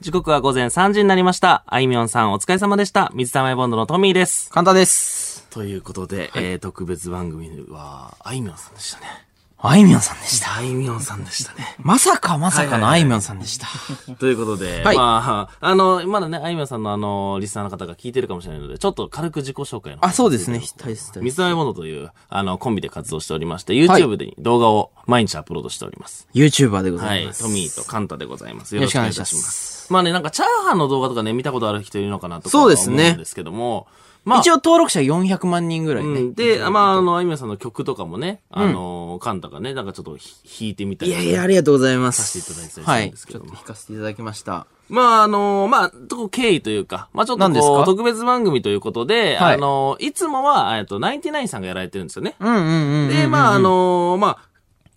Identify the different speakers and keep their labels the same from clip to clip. Speaker 1: 時刻は午前3時になりました。あいみょんさんお疲れ様でした。水溜りボンドのトミーです。
Speaker 2: 簡単です。
Speaker 1: ということで、えー、特別番組は、あいみょんさんでしたね。
Speaker 2: あいみょんさんでした。
Speaker 1: あいみょんさんでしたね。
Speaker 2: まさかまさかの
Speaker 1: はいはいは
Speaker 2: あ
Speaker 1: い
Speaker 2: いみょんさんでした。
Speaker 1: ということで、
Speaker 2: はい
Speaker 1: まあ、あの、まだね、あいみょんさんのあの、リスナーの方が聞いてるかもしれないので、ちょっと軽く自己紹介の方
Speaker 2: あ、そうですね。
Speaker 1: について
Speaker 2: 大切です。
Speaker 1: 水溜りボンドという、あの、コンビで活動しておりまして、
Speaker 2: はい
Speaker 1: YouTube で動画を毎日アップロードしております。
Speaker 2: YouTuber でござ
Speaker 1: はいい
Speaker 2: ま。す。
Speaker 1: トミーとカンタでございます。
Speaker 2: よ
Speaker 1: よ
Speaker 2: ろ
Speaker 1: ろ
Speaker 2: し
Speaker 1: しく
Speaker 2: くお
Speaker 1: お
Speaker 2: 願
Speaker 1: 願
Speaker 2: い
Speaker 1: い
Speaker 2: し
Speaker 1: し
Speaker 2: ま
Speaker 1: ますす。まあね、なんかチャーハンの動画とかね、見たことある人いるのかなとか
Speaker 2: そうですね
Speaker 1: 思うんですけども、まあ
Speaker 2: 一、応登録者400万人ぐらいね。
Speaker 1: うん、で、まあ、あの、あいみょんさんの曲とかもね、あの、カンタがね、なんかちょっとひ弾いてみた
Speaker 2: い
Speaker 1: り
Speaker 2: やいや、ありがとうございます。
Speaker 1: させていただいたりするんですけども
Speaker 2: はい。ちょっと引かせていただきました。
Speaker 1: まあ、あのまあ、とこ経緯というか、まあ、ちょっと
Speaker 2: 何です
Speaker 1: こ
Speaker 2: か
Speaker 1: う、特別番組ということで、
Speaker 2: はい
Speaker 1: あのいつもは、えっと、ナインティナインさんがやられてるんですよね。
Speaker 2: うんうんうんうん。
Speaker 1: で、まあ、あのまあ、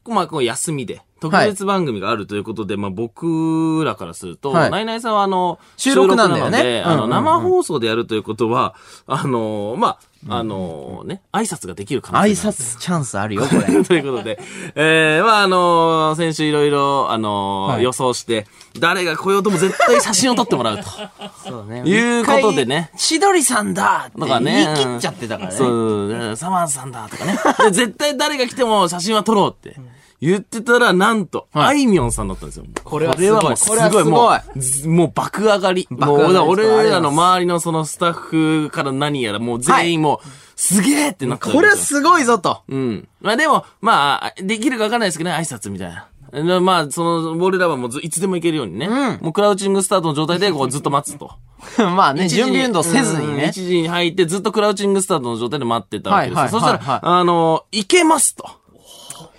Speaker 1: こまあ、こう休みで、特別番組があるということで、まあ、僕らからすると、
Speaker 2: はい
Speaker 1: ナイナイさんは、あの、
Speaker 2: 収録なんだよね
Speaker 1: 収録なので
Speaker 2: うんうんうん
Speaker 1: あの、生放送でやるということは、あのまあ、あのね、挨拶ができる可能
Speaker 2: 挨
Speaker 1: 性がある
Speaker 2: 拶チャンスあるよ、これ。
Speaker 1: ということで、えー、まああのー先週いろいろ、あのー
Speaker 2: はい
Speaker 1: 予想して、誰が来ようとも絶対写真を撮っても らうと。
Speaker 2: そうね
Speaker 1: いうことでね。
Speaker 2: 一回千鳥さんだと
Speaker 1: とかね。
Speaker 2: 言い切っちゃってたからね。
Speaker 1: そう、うんサマーズさんだとかね。で絶対誰が来ても写真は撮ろうって。言ってたら、なんと、
Speaker 2: は
Speaker 1: あ
Speaker 2: い
Speaker 1: いみょんさんだったんですよ。こ
Speaker 2: れはすごい
Speaker 1: もう
Speaker 2: これはすごい
Speaker 1: もうず、もう爆上がり。
Speaker 2: 爆上がりです
Speaker 1: もう俺
Speaker 2: あり
Speaker 1: らの
Speaker 2: がとうございます
Speaker 1: 周りのそのスタッフから何やら、もう全員もう、すげえってなったわけ
Speaker 2: これは
Speaker 1: ですよ
Speaker 2: すごいぞと。
Speaker 1: うん。まあでも、まあ、できるかわかんないですけどね、挨拶みたいな。でまあ、その、俺らはもうずいつでも行けるようにね。もうクラウチングスタートの状態で、こうずっと待つと。
Speaker 2: まあね、準備運動せずに
Speaker 1: うん
Speaker 2: ね
Speaker 1: 1。時に入って、ずっとクラウチングスタートの状態で待ってたわけですよ。
Speaker 2: はいはい
Speaker 1: そしたら、
Speaker 2: はいはい
Speaker 1: あの、行けますと。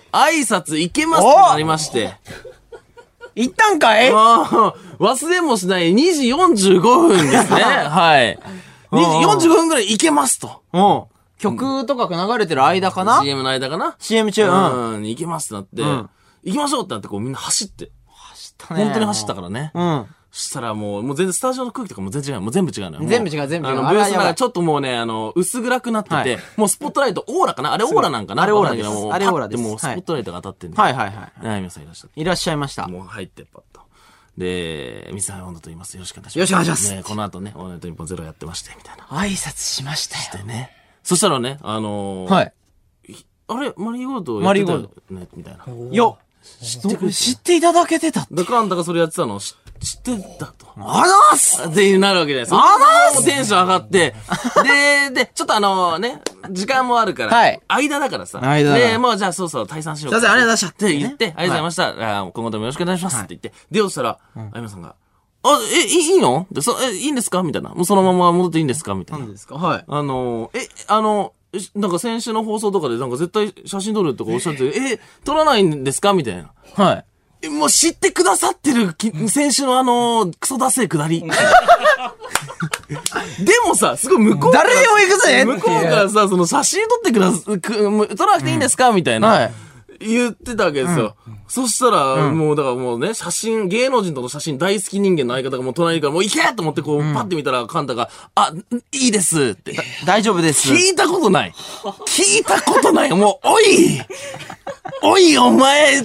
Speaker 1: 挨拶行けますとなりまして。
Speaker 2: 行ったんかい
Speaker 1: ああ、忘れもしない2時45分です ね。はい。2時45分ぐらい行けますと。
Speaker 2: うん。曲とか流れてる間かな
Speaker 1: CM の間かな。
Speaker 2: ?CM 中。うん。
Speaker 1: うん、行けますってなって、
Speaker 2: ん
Speaker 1: 行きましょうってなって、こうみんな走って。
Speaker 2: 本
Speaker 1: 本当に走ったからね。
Speaker 2: うん。した
Speaker 1: したらもう、もう全然スタジオの空気とかも全然違う。もう全部違うのよ。もう
Speaker 2: 全部違う全部違う
Speaker 1: あの、
Speaker 2: あ
Speaker 1: ブ
Speaker 2: れ
Speaker 1: ー
Speaker 2: は
Speaker 1: ス
Speaker 2: やば
Speaker 1: が
Speaker 2: い
Speaker 1: ちょっともうね、あの、薄暗くなってて、
Speaker 2: はい
Speaker 1: もうスポットライトオーラかなあれオーラなんかな
Speaker 2: あれオーラ
Speaker 1: わかんないけど
Speaker 2: です
Speaker 1: もう
Speaker 2: あれオーラです
Speaker 1: パッてもうスポットライトが当たってんの。。
Speaker 2: はいいはいは
Speaker 1: はい、皆さんいらっしゃって。
Speaker 2: い。いらっしゃいました。
Speaker 1: もう入って、パッと。で、水原温度と言います。よろしくお願いします。
Speaker 2: よろしくお願いします
Speaker 1: ね、この後ね、オールナイトニッポンゼロやってまして、みたいな。
Speaker 2: 挨拶しました
Speaker 1: で。ね。そしたらね、あのー
Speaker 2: はい。
Speaker 1: あれ、マリーゴールドやってたよ
Speaker 2: マリーゴ
Speaker 1: ね、みたいな。
Speaker 2: よ知って知っていただけてた
Speaker 1: だからあんたがそれやってたの知知ってたと。
Speaker 2: あらす
Speaker 1: ってなるわけじゃないですか。
Speaker 2: あ
Speaker 1: もうテンション上がって。で、で、ちょっとあのね、時間もあるから。
Speaker 2: はい
Speaker 1: 間だからさ。
Speaker 2: 間だから
Speaker 1: で、もうじゃあそうそう退散しよう
Speaker 2: すいませんありがとうございました
Speaker 1: って言って、
Speaker 2: ね
Speaker 1: ありがとうございました。あー今後ともよろしくお願いしますって言って。で、そしたら、あゆみさんが、あ、え、いいいいのでそえ、いいんですかみたいな。もうそのまま戻っていいんですかみたいな。
Speaker 2: ですかはい。
Speaker 1: あのー、え、あの、えなんか先週の放送とかでなんか絶対写真撮るとかおっしゃって、 え、撮らないんですかみたいな。
Speaker 2: はい。
Speaker 1: えもう知ってくださってるき、先週のあのクソダセえくだ り。でもさ、すごい向こうから
Speaker 2: 誰にも行くぜ
Speaker 1: 向こうからさ、その写真撮ってくださ、くむ撮らなくていいんですか、みたいな。
Speaker 2: はい
Speaker 1: 言ってたわけですよ。そしたら、もうだからもうね、写真、芸能人との写真大好き人間の相方がもう隣からもう行けと思ってこう、パッて見たら、カンタが、あ、いいですって。
Speaker 2: 大丈夫です。
Speaker 1: 聞いたことない。聞いたことない。もう、おいおい、お前、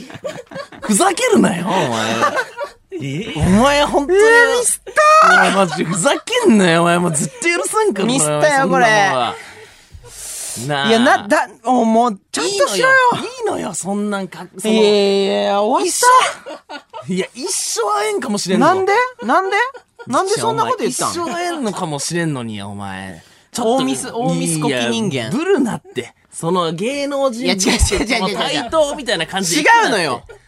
Speaker 1: ふざけるなよ、お前。お前、本当に。ミスったお前、マジ、ふざけんなよ、お前。もうずっと許さんからな
Speaker 2: ミスったよ
Speaker 1: お前そんなもんはなあ。
Speaker 2: いや、な、だ、おもう、ちゃんと
Speaker 1: いいの
Speaker 2: しろよ。
Speaker 1: いいのよ、そんなんか、そ
Speaker 2: い
Speaker 1: の、
Speaker 2: や
Speaker 1: い
Speaker 2: いやいや、終わっ
Speaker 1: や、一生会えんかもしれ
Speaker 2: た。
Speaker 1: んの。
Speaker 2: なんでなんでなんでそんなこと言った
Speaker 1: 一
Speaker 2: ん
Speaker 1: 生会えんのかもしれんのに、お前。ち
Speaker 2: 大ミス大ミスコキ人間
Speaker 1: いやぶるなって。その芸能人
Speaker 2: いや違う違う違う違う
Speaker 1: も対等みたいな感じで
Speaker 2: 違
Speaker 1: 言ってた
Speaker 2: うの
Speaker 1: って
Speaker 2: よ。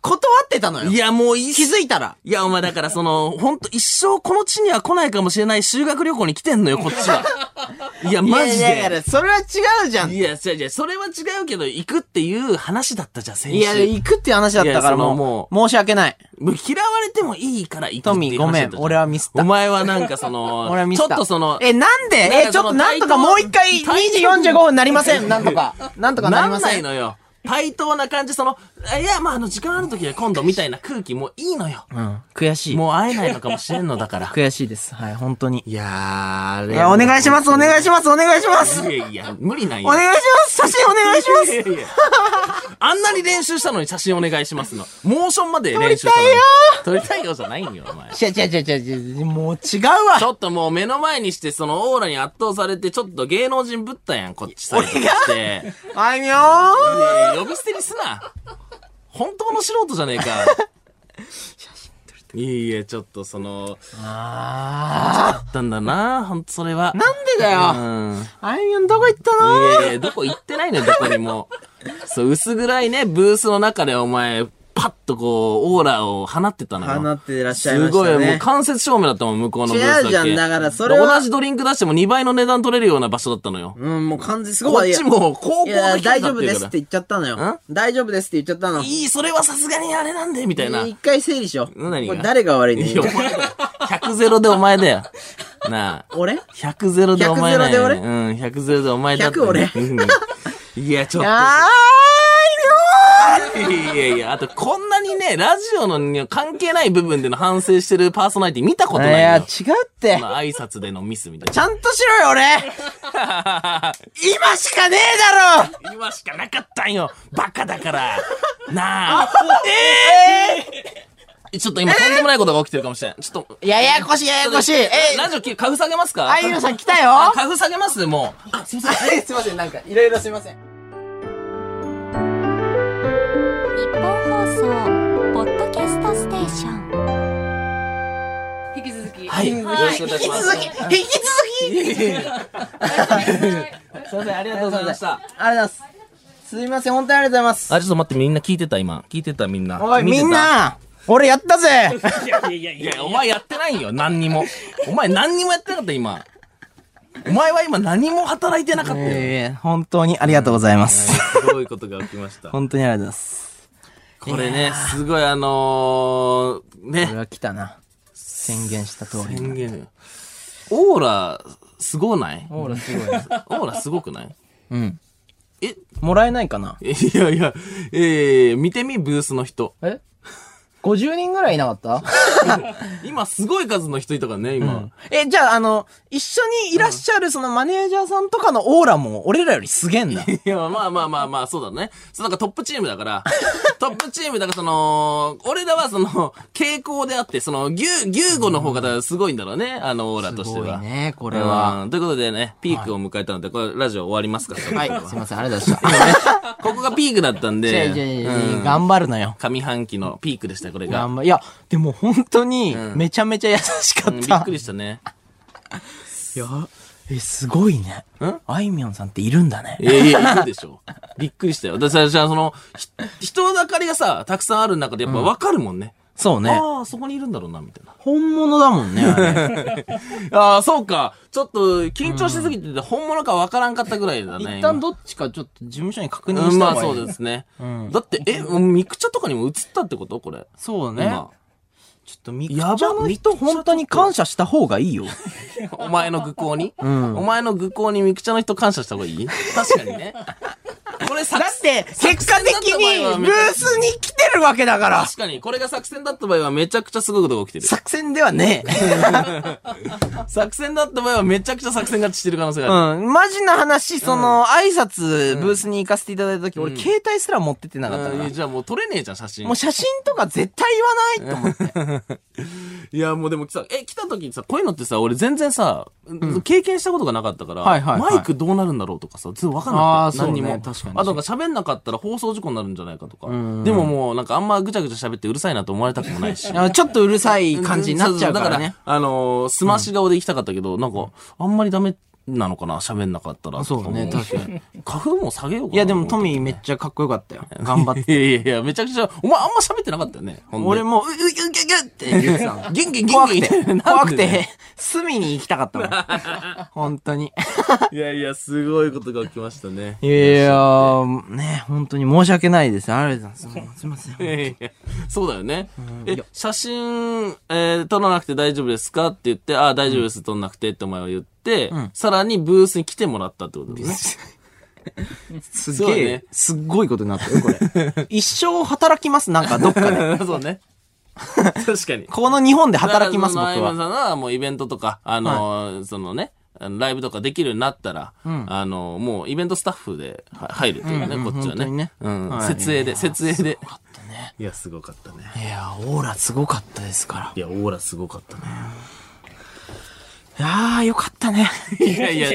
Speaker 2: 断ってたのよ。
Speaker 1: いや、もういい
Speaker 2: 気づいたら。
Speaker 1: いや、お前だからその、ほんと一生この地には来ないかもしれない修学旅行に来てんのよ、こっち は。いや、マジ
Speaker 2: いやいやい
Speaker 1: で。
Speaker 2: や、それは違うじゃん。
Speaker 1: いや、違う違う、それは違うけど、行くっていう話だったじゃん、先週。
Speaker 2: いや、行くっていう話だったから
Speaker 1: いやその
Speaker 2: もう、申し訳ない。
Speaker 1: もう嫌われてもいいから行く
Speaker 2: ト
Speaker 1: って
Speaker 2: ミ
Speaker 1: い
Speaker 2: ー
Speaker 1: う話
Speaker 2: ごめ
Speaker 1: だったじゃ
Speaker 2: ん、俺はミスっ
Speaker 1: お
Speaker 2: た。
Speaker 1: 前はなんかその、
Speaker 2: 俺はミスった。
Speaker 1: ちょっとその、
Speaker 2: え、なん
Speaker 1: な
Speaker 2: で
Speaker 1: ん
Speaker 2: え、
Speaker 1: か
Speaker 2: ち
Speaker 1: そ
Speaker 2: ょっ
Speaker 1: の
Speaker 2: となんとかもう一回2
Speaker 1: 対等
Speaker 2: 時45分になりませんなんとか。なんとかなり
Speaker 1: な
Speaker 2: ま
Speaker 1: んな
Speaker 2: せ
Speaker 1: い
Speaker 2: ん。
Speaker 1: のよ。対等な感じ、その、あいや、まあ、あの、時間ある時は今度みたいな空気もういいのよ。
Speaker 2: うん。悔しい。
Speaker 1: もう会えないのかもしれんのだから。
Speaker 2: 悔しいです。はい、本当に。
Speaker 1: いやー、あ
Speaker 2: い
Speaker 1: れ
Speaker 2: や、お願いします、お願いします、お願いします。
Speaker 1: いやいや、無理なん
Speaker 2: お
Speaker 1: や。
Speaker 2: 願いします写真お願いします
Speaker 1: いやいやあんなに練習したのに写真お願いしますの。モーションまで練習したのに。撮りたいよ撮りたいよじゃないんよ、お前。
Speaker 2: 違う違う違う違う違う、もう違うわ
Speaker 1: ちょっともう目の前にして、そのオーラに圧倒されて、ちょっと芸能人ぶったやん、こっちサイドとして。
Speaker 2: あいみょーん
Speaker 1: ねえ呼び捨てにすな。本当の素人じゃねえか。いいえ、ちょっとその、
Speaker 2: あ
Speaker 1: だんだな、ほんとそれは。
Speaker 2: ーなんでだよ
Speaker 1: うん。
Speaker 2: あいみょんどこ行ったの
Speaker 1: いやいや、どこ行ってないね、どこにも。そう、薄暗いね、ブースの中でお前、パッとこう、オーラを放ってたのよ。
Speaker 2: 放ってらっしゃい
Speaker 1: す
Speaker 2: ました
Speaker 1: ご
Speaker 2: ね。
Speaker 1: い、もう間接照明だったもん、向こうのブースだけ。
Speaker 2: 違うじゃんだからそれは
Speaker 1: 同じドリンク出しても2倍の値段取れるような場所だったのよ。
Speaker 2: うん、もう完全にす
Speaker 1: こ
Speaker 2: ご
Speaker 1: っ
Speaker 2: い。
Speaker 1: ちも、高校
Speaker 2: い
Speaker 1: の
Speaker 2: や、
Speaker 1: 人だ
Speaker 2: 大
Speaker 1: って
Speaker 2: 丈
Speaker 1: る
Speaker 2: 夫
Speaker 1: から
Speaker 2: ですって言っちゃったのよ
Speaker 1: ん。
Speaker 2: 大丈夫ですって言っちゃったの。
Speaker 1: いい、それはさすがにあれなんで、みたいな。
Speaker 2: 一回整理しよう。
Speaker 1: 何が
Speaker 2: これ誰が悪いの
Speaker 1: いや、お前、100ゼロでお前だよ。 なあ。
Speaker 2: 俺
Speaker 1: 100ゼロでお前だよ、ね。
Speaker 2: 100-0
Speaker 1: う
Speaker 2: で
Speaker 1: ん、100ゼロでお前だって。
Speaker 2: 100俺
Speaker 1: うんいや、ちょっと。
Speaker 2: あ
Speaker 1: いやいや、あとこんなにね、ラジオの関係ない部分での反省してるパーソナリティ見たこと
Speaker 2: ー
Speaker 1: ない
Speaker 2: い
Speaker 1: よ。
Speaker 2: や、違うって
Speaker 1: こ。の挨拶でのミスみたい
Speaker 2: ちゃんとしろよ、 俺今しかねえだろ
Speaker 1: な。今しかなかったんよ。バカだから。なあ。ええちょっと今とんでもないことが起きてるかもしれん。ちょっと。
Speaker 2: ややこしい、ややこしい。え、
Speaker 1: ラジオ聞い、カフ下げますか
Speaker 2: あいみょんさん来た
Speaker 1: あ
Speaker 2: よ
Speaker 1: カフ下げますもう。あ、すいません。
Speaker 2: すいません、なんか、いろいろすいません。
Speaker 3: 日本放送ポッドキャストステーション引き続き
Speaker 1: はい。よろしくお願いします。
Speaker 2: 引き続き、引き続き
Speaker 1: すいません、ありがとうございました。
Speaker 2: ありがとうございます。すいません、本当にありがとうございます。
Speaker 1: あ、ちょっと待って、みんな聞いてた、今。聞いてた、みんな。
Speaker 2: おい、
Speaker 1: 見て
Speaker 2: み
Speaker 1: た
Speaker 2: んな俺やったぜ
Speaker 1: いや、お前やってないよ、何にも。お前何にもやってなかった、今。お前は今何も働いてなかったよ。
Speaker 2: ええ本当にありがとうございます。
Speaker 1: すごい ことが起きました。
Speaker 2: 本当にありがとうございます。
Speaker 1: これね、すごいあのー、
Speaker 2: これ
Speaker 1: ね、
Speaker 2: は来たな。宣言した通り。
Speaker 1: 宣言。オーラ、すごない
Speaker 2: ほら、すごい。
Speaker 1: オーラすごくない
Speaker 2: うん。
Speaker 1: え、
Speaker 2: もらえないかない
Speaker 1: やいや、えー、見てみ、ブースの人。
Speaker 2: え ?50 人ぐらいいなかった
Speaker 1: 今、すごい数の人いたからね、今。
Speaker 2: え、じゃあ、あの、一緒にいらっしゃるそのマネージャーさんとかのオーラも俺らよりすげえん だ。
Speaker 1: いや、まあまあまあまあ、そうだね。そう、なんかトップチームだから、 トップチームだから、その、俺らはその、傾向であって、その、牛、牛語の方がすごいんだろうね、あの、オーラとしては。
Speaker 2: ね、こ
Speaker 1: こ。ということでね、ピークを迎えたので、これ、ラジオ終わります から。
Speaker 2: はい、すいません、ありがとうございま
Speaker 1: ここがピークだったん
Speaker 2: した。
Speaker 1: で、
Speaker 2: いやいやいや
Speaker 1: うん
Speaker 2: 頑張るのよ。
Speaker 1: 上半期のピークでした、これが。
Speaker 2: 頑張いや、でも本当に、めちゃめちゃ優しか
Speaker 1: う
Speaker 2: っ
Speaker 1: んび
Speaker 2: た。
Speaker 1: っくりしたね。
Speaker 2: いや、え、すごいね。
Speaker 1: ん
Speaker 2: あいみょんさんっているんだね。
Speaker 1: いやいや、いるでしょ。びっくりしたよ。だから、じゃあその、ひ人だかりがさ、たくさんある中で、やっぱわかるもんね。
Speaker 2: そうね。
Speaker 1: ああ、そこにいるんだろうな、みたいな。
Speaker 2: 本物だもんね、あれ
Speaker 1: ああ、そうか。ちょっと、緊張しすぎてて、本物かわからんかったぐらいだね。
Speaker 2: 一旦
Speaker 1: ど
Speaker 2: どっちかちょっと事務所に確認
Speaker 1: うん、
Speaker 2: した
Speaker 1: まあ
Speaker 2: 方がいい。
Speaker 1: そうですね。だって、え、ミクチャとかにも映ったってことこれ。
Speaker 2: そうね。
Speaker 1: 今。
Speaker 2: ちょっとミク
Speaker 1: やば
Speaker 2: ちゃんの人本当に感謝した方がいいよ。
Speaker 1: お前の愚行 に、お前の愚行にミクチャの人感謝した方がいい確かにね。これ作戦、
Speaker 2: て、結果的
Speaker 1: にブース
Speaker 2: に来てるわけだから。
Speaker 1: 確かに、これが作戦だった場合はめちゃくちゃすごいことが起きてる。
Speaker 2: 作戦ではねえ。
Speaker 1: 作戦だった場合はめちゃくちゃ作戦勝ちしてる可能性がある。
Speaker 2: うん。マジな話、その、挨拶、ブースに行かせていただいた時、俺携帯すら持ってってなかったか
Speaker 1: うん
Speaker 2: ら
Speaker 1: いや。じゃあもう撮れねえじゃん、写真
Speaker 2: もう。写真とか絶対言わないと思って。
Speaker 1: いや、もうでもさ、え、来た時にさ、こういうのってさ、俺全然さ、経験したことがなかったから、
Speaker 2: はいはいはい
Speaker 1: マイクどうなるんだろうとかさ、ずっとわかんな
Speaker 2: あ
Speaker 1: かった。
Speaker 2: ーそう
Speaker 1: 何
Speaker 2: ね
Speaker 1: にも。
Speaker 2: 確かに
Speaker 1: あとなんか喋んなかったら放送事故になるんじゃないかとか。
Speaker 2: ん
Speaker 1: でももうなんかあんまぐちゃぐちゃ喋ってうるさいなと思われたくもないし。
Speaker 2: あのちょっとうるさい 感じになっちゃうからね
Speaker 1: だ。から、あのー、すまし顔で行きたかったけど、なんか、あんまりダメなのかな、喋んなかったら。
Speaker 2: そうね
Speaker 1: と思うし。花粉も下げようかな。
Speaker 2: いやでもトミーめっちゃかっこよかったよ。頑張っ て。
Speaker 1: いやいやいや、めちゃくちゃ、お前あんま喋ってなかったよね。ほんで
Speaker 2: 俺、もう、う、う、う、う、うって言ってたの。
Speaker 1: ギュンギュンギュ
Speaker 2: 怖
Speaker 1: ンギ
Speaker 2: く
Speaker 1: ュン言って
Speaker 2: て、
Speaker 1: なんで
Speaker 2: 怖くて、隅に行きたかったもん。本当に。
Speaker 1: いやいや、すごいことが起きましたね。
Speaker 2: いやー、ね、本当に申し訳ないです。ありがとうござい ます。すいません。
Speaker 1: いやいやそうだよね。え、写真、えー撮らなくて大丈夫ですかって言って、ああ、大丈夫です、撮んなくてってお前は言って、さらにブースに来てもらったってことですね。
Speaker 2: す
Speaker 1: そうだ
Speaker 2: げえ、
Speaker 1: ね
Speaker 2: すっごいことになってるよ、これ。 一生働きます、なんかどっか で。
Speaker 1: そうね。確かに。
Speaker 2: この日本で働きます、僕
Speaker 1: だからそ
Speaker 2: は。
Speaker 1: の相葉さんはもうイベントとか、あのーそのね、あのライブとかできるようになったら、あのーもうイベントスタッフでは入るっていうね、こっち
Speaker 2: 本
Speaker 1: は
Speaker 2: 当に
Speaker 1: ね。
Speaker 2: ね
Speaker 1: うん、
Speaker 2: はい
Speaker 1: 設営で、設営で。いや、すごかったね。
Speaker 2: いや、オーラすごかったですから。
Speaker 1: いや、オーラすごかったね。
Speaker 2: いやー、よかったね。
Speaker 1: いやいや、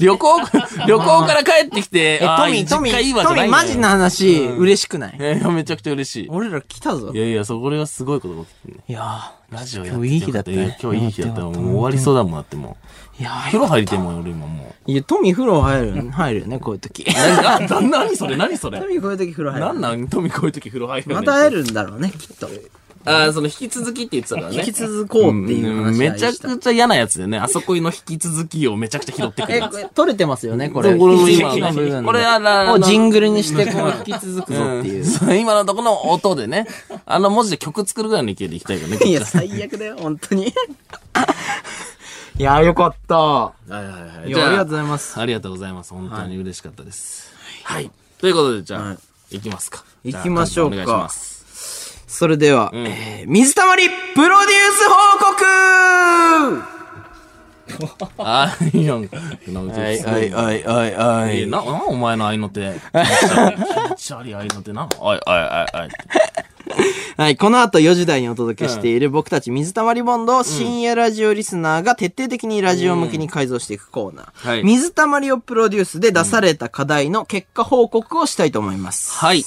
Speaker 1: 旅行、 旅行から帰ってきて、
Speaker 2: え、
Speaker 1: あ
Speaker 2: ト
Speaker 1: ー
Speaker 2: ミー、
Speaker 1: 実
Speaker 2: トミ
Speaker 1: 家いいわ
Speaker 2: ー、
Speaker 1: じゃ
Speaker 2: トミ
Speaker 1: ないん
Speaker 2: ー、
Speaker 1: だ
Speaker 2: マ
Speaker 1: よ
Speaker 2: ジな話、嬉しくない
Speaker 1: いやいや、めちゃくちゃ嬉しい。
Speaker 2: 俺ら来たぞ
Speaker 1: い。やいや、そこれはすごいことが起きてるね。
Speaker 2: いや
Speaker 1: ラジオや
Speaker 2: 今日いい日だったね
Speaker 1: ててよかった今日いい日だった。もう終わりそうだもんだっても
Speaker 2: ー、いや
Speaker 1: う。
Speaker 2: ー
Speaker 1: 風呂入りてもん俺今 も
Speaker 2: いや、トミー風呂入るよね、入るよね、こういう 時。
Speaker 1: う。何な、何それ何それ
Speaker 2: トミーこういう時風呂入る。
Speaker 1: なんなんトミこういう時風呂入るよ
Speaker 2: ま
Speaker 1: ね
Speaker 2: た会えるんだろうね、きっと。
Speaker 1: ああ、その引き続きって言ってたからね。
Speaker 2: 引き続こうっていう話
Speaker 1: め
Speaker 2: で
Speaker 1: ちゃ
Speaker 2: した。
Speaker 1: くちゃ嫌なやつでね。あそこの引き続きをめちゃくちゃ拾ってくる
Speaker 2: え、
Speaker 1: や
Speaker 2: こ
Speaker 1: つ。
Speaker 2: れ取れてますよね、これ。
Speaker 1: そうこれも今
Speaker 2: 引き続きの部分で
Speaker 1: これはな
Speaker 2: をジングルにして、こう、引き続くぞっていう。
Speaker 1: そう今のところの音でね。あの文字で曲作るぐらいの勢いでいきたいよね。
Speaker 2: いや、最悪だよ、本当に。いや、よかった。
Speaker 1: はいはいはいい。
Speaker 2: や
Speaker 1: じゃ
Speaker 2: あ
Speaker 1: あ
Speaker 2: りがとうございます
Speaker 1: ありがとうございます。本当に嬉しかったです。はい。ということで、じゃ
Speaker 2: は
Speaker 1: あ、行きますか。
Speaker 2: 行きましょうか
Speaker 1: じゃあお願いします。
Speaker 2: それでは、
Speaker 1: ん
Speaker 2: えー水溜りプロデュース報告
Speaker 1: あー、いいやんか。はい
Speaker 2: はいはいは
Speaker 1: えー、。な、な、お前の愛の手。めっちゃあり愛の手な。おいおいおいおい。
Speaker 2: はい、この後4時台にお届けしている僕たち水溜りボンドを深夜ラジオリスナーが徹底的にラジオ向けに改造していくコーナー。
Speaker 1: はい
Speaker 2: 水溜りをプロデュースで出された課題の結果報告をしたいと思います。
Speaker 1: はい。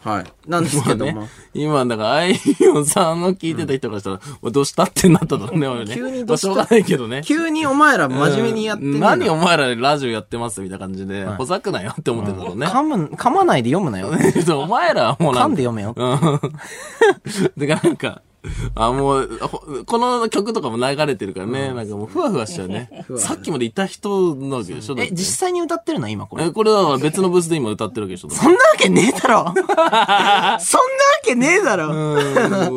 Speaker 2: はい。なんですけども。
Speaker 1: ね、今、だから、あいみょんさんの聞いてた人からしたら、おいどうしたってなっただろうね、俺ね。
Speaker 2: 急にどうした
Speaker 1: まあしょうがないけどね。
Speaker 2: 急にお前ら真面目にやってん
Speaker 1: うん
Speaker 2: の
Speaker 1: 何お前らラジオやってますみたいな感じで、ほざくなよって思ってたのね。
Speaker 2: 噛む、噛まないで読むなよ。
Speaker 1: そうお前らはもうな
Speaker 2: 噛
Speaker 1: ん
Speaker 2: ん
Speaker 1: か
Speaker 2: で読めよ。
Speaker 1: うん。だからなんか、あ、もう、ほこの曲とかも流れてるからね、なんかもうふわふわしちゃうね。さっきまでいた人なわけでしょだっ
Speaker 2: え、
Speaker 1: て
Speaker 2: 実際に歌ってるの今これ。
Speaker 1: え、これは別のブースで今歌ってるわけでしょだって
Speaker 2: そんなわけねえ だろそんなわけねえだろ
Speaker 1: う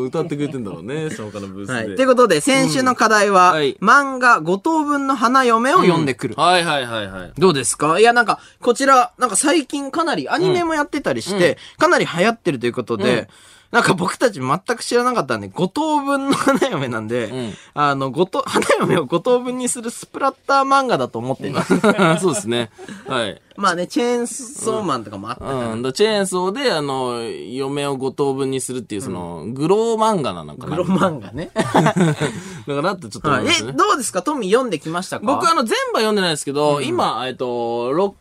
Speaker 1: ん、歌ってくれてんだろうね、消化のブースで。
Speaker 2: はい。ということで、先週の課題は、
Speaker 1: うんはい
Speaker 2: 漫画5等分の花嫁を読んでくる。
Speaker 1: はいはいはいはい。
Speaker 2: どうですかいや、なんか、こちら、なんか最近かなりアニメもやってたりして、かなり流行ってるということで、なんか僕たち全く知らなかったんで、5等分の花嫁なんで、
Speaker 1: ん
Speaker 2: あの、5等、花嫁を5等分にするスプラッター漫画だと思っています。
Speaker 1: そうですね。はい。
Speaker 2: まあね、チェーンソーマンとかもあった。
Speaker 1: うん。だチェーンソーで、あの、嫁を五等分にするっていう、その、グロー漫画なのかな。
Speaker 2: 黒漫画ね。
Speaker 1: だからってちょっと思い
Speaker 2: はい
Speaker 1: ました
Speaker 2: え、
Speaker 1: ね。
Speaker 2: どうですかトミー読んできましたか
Speaker 1: 僕、あの、全部は読んでないですけど、今、えっと、六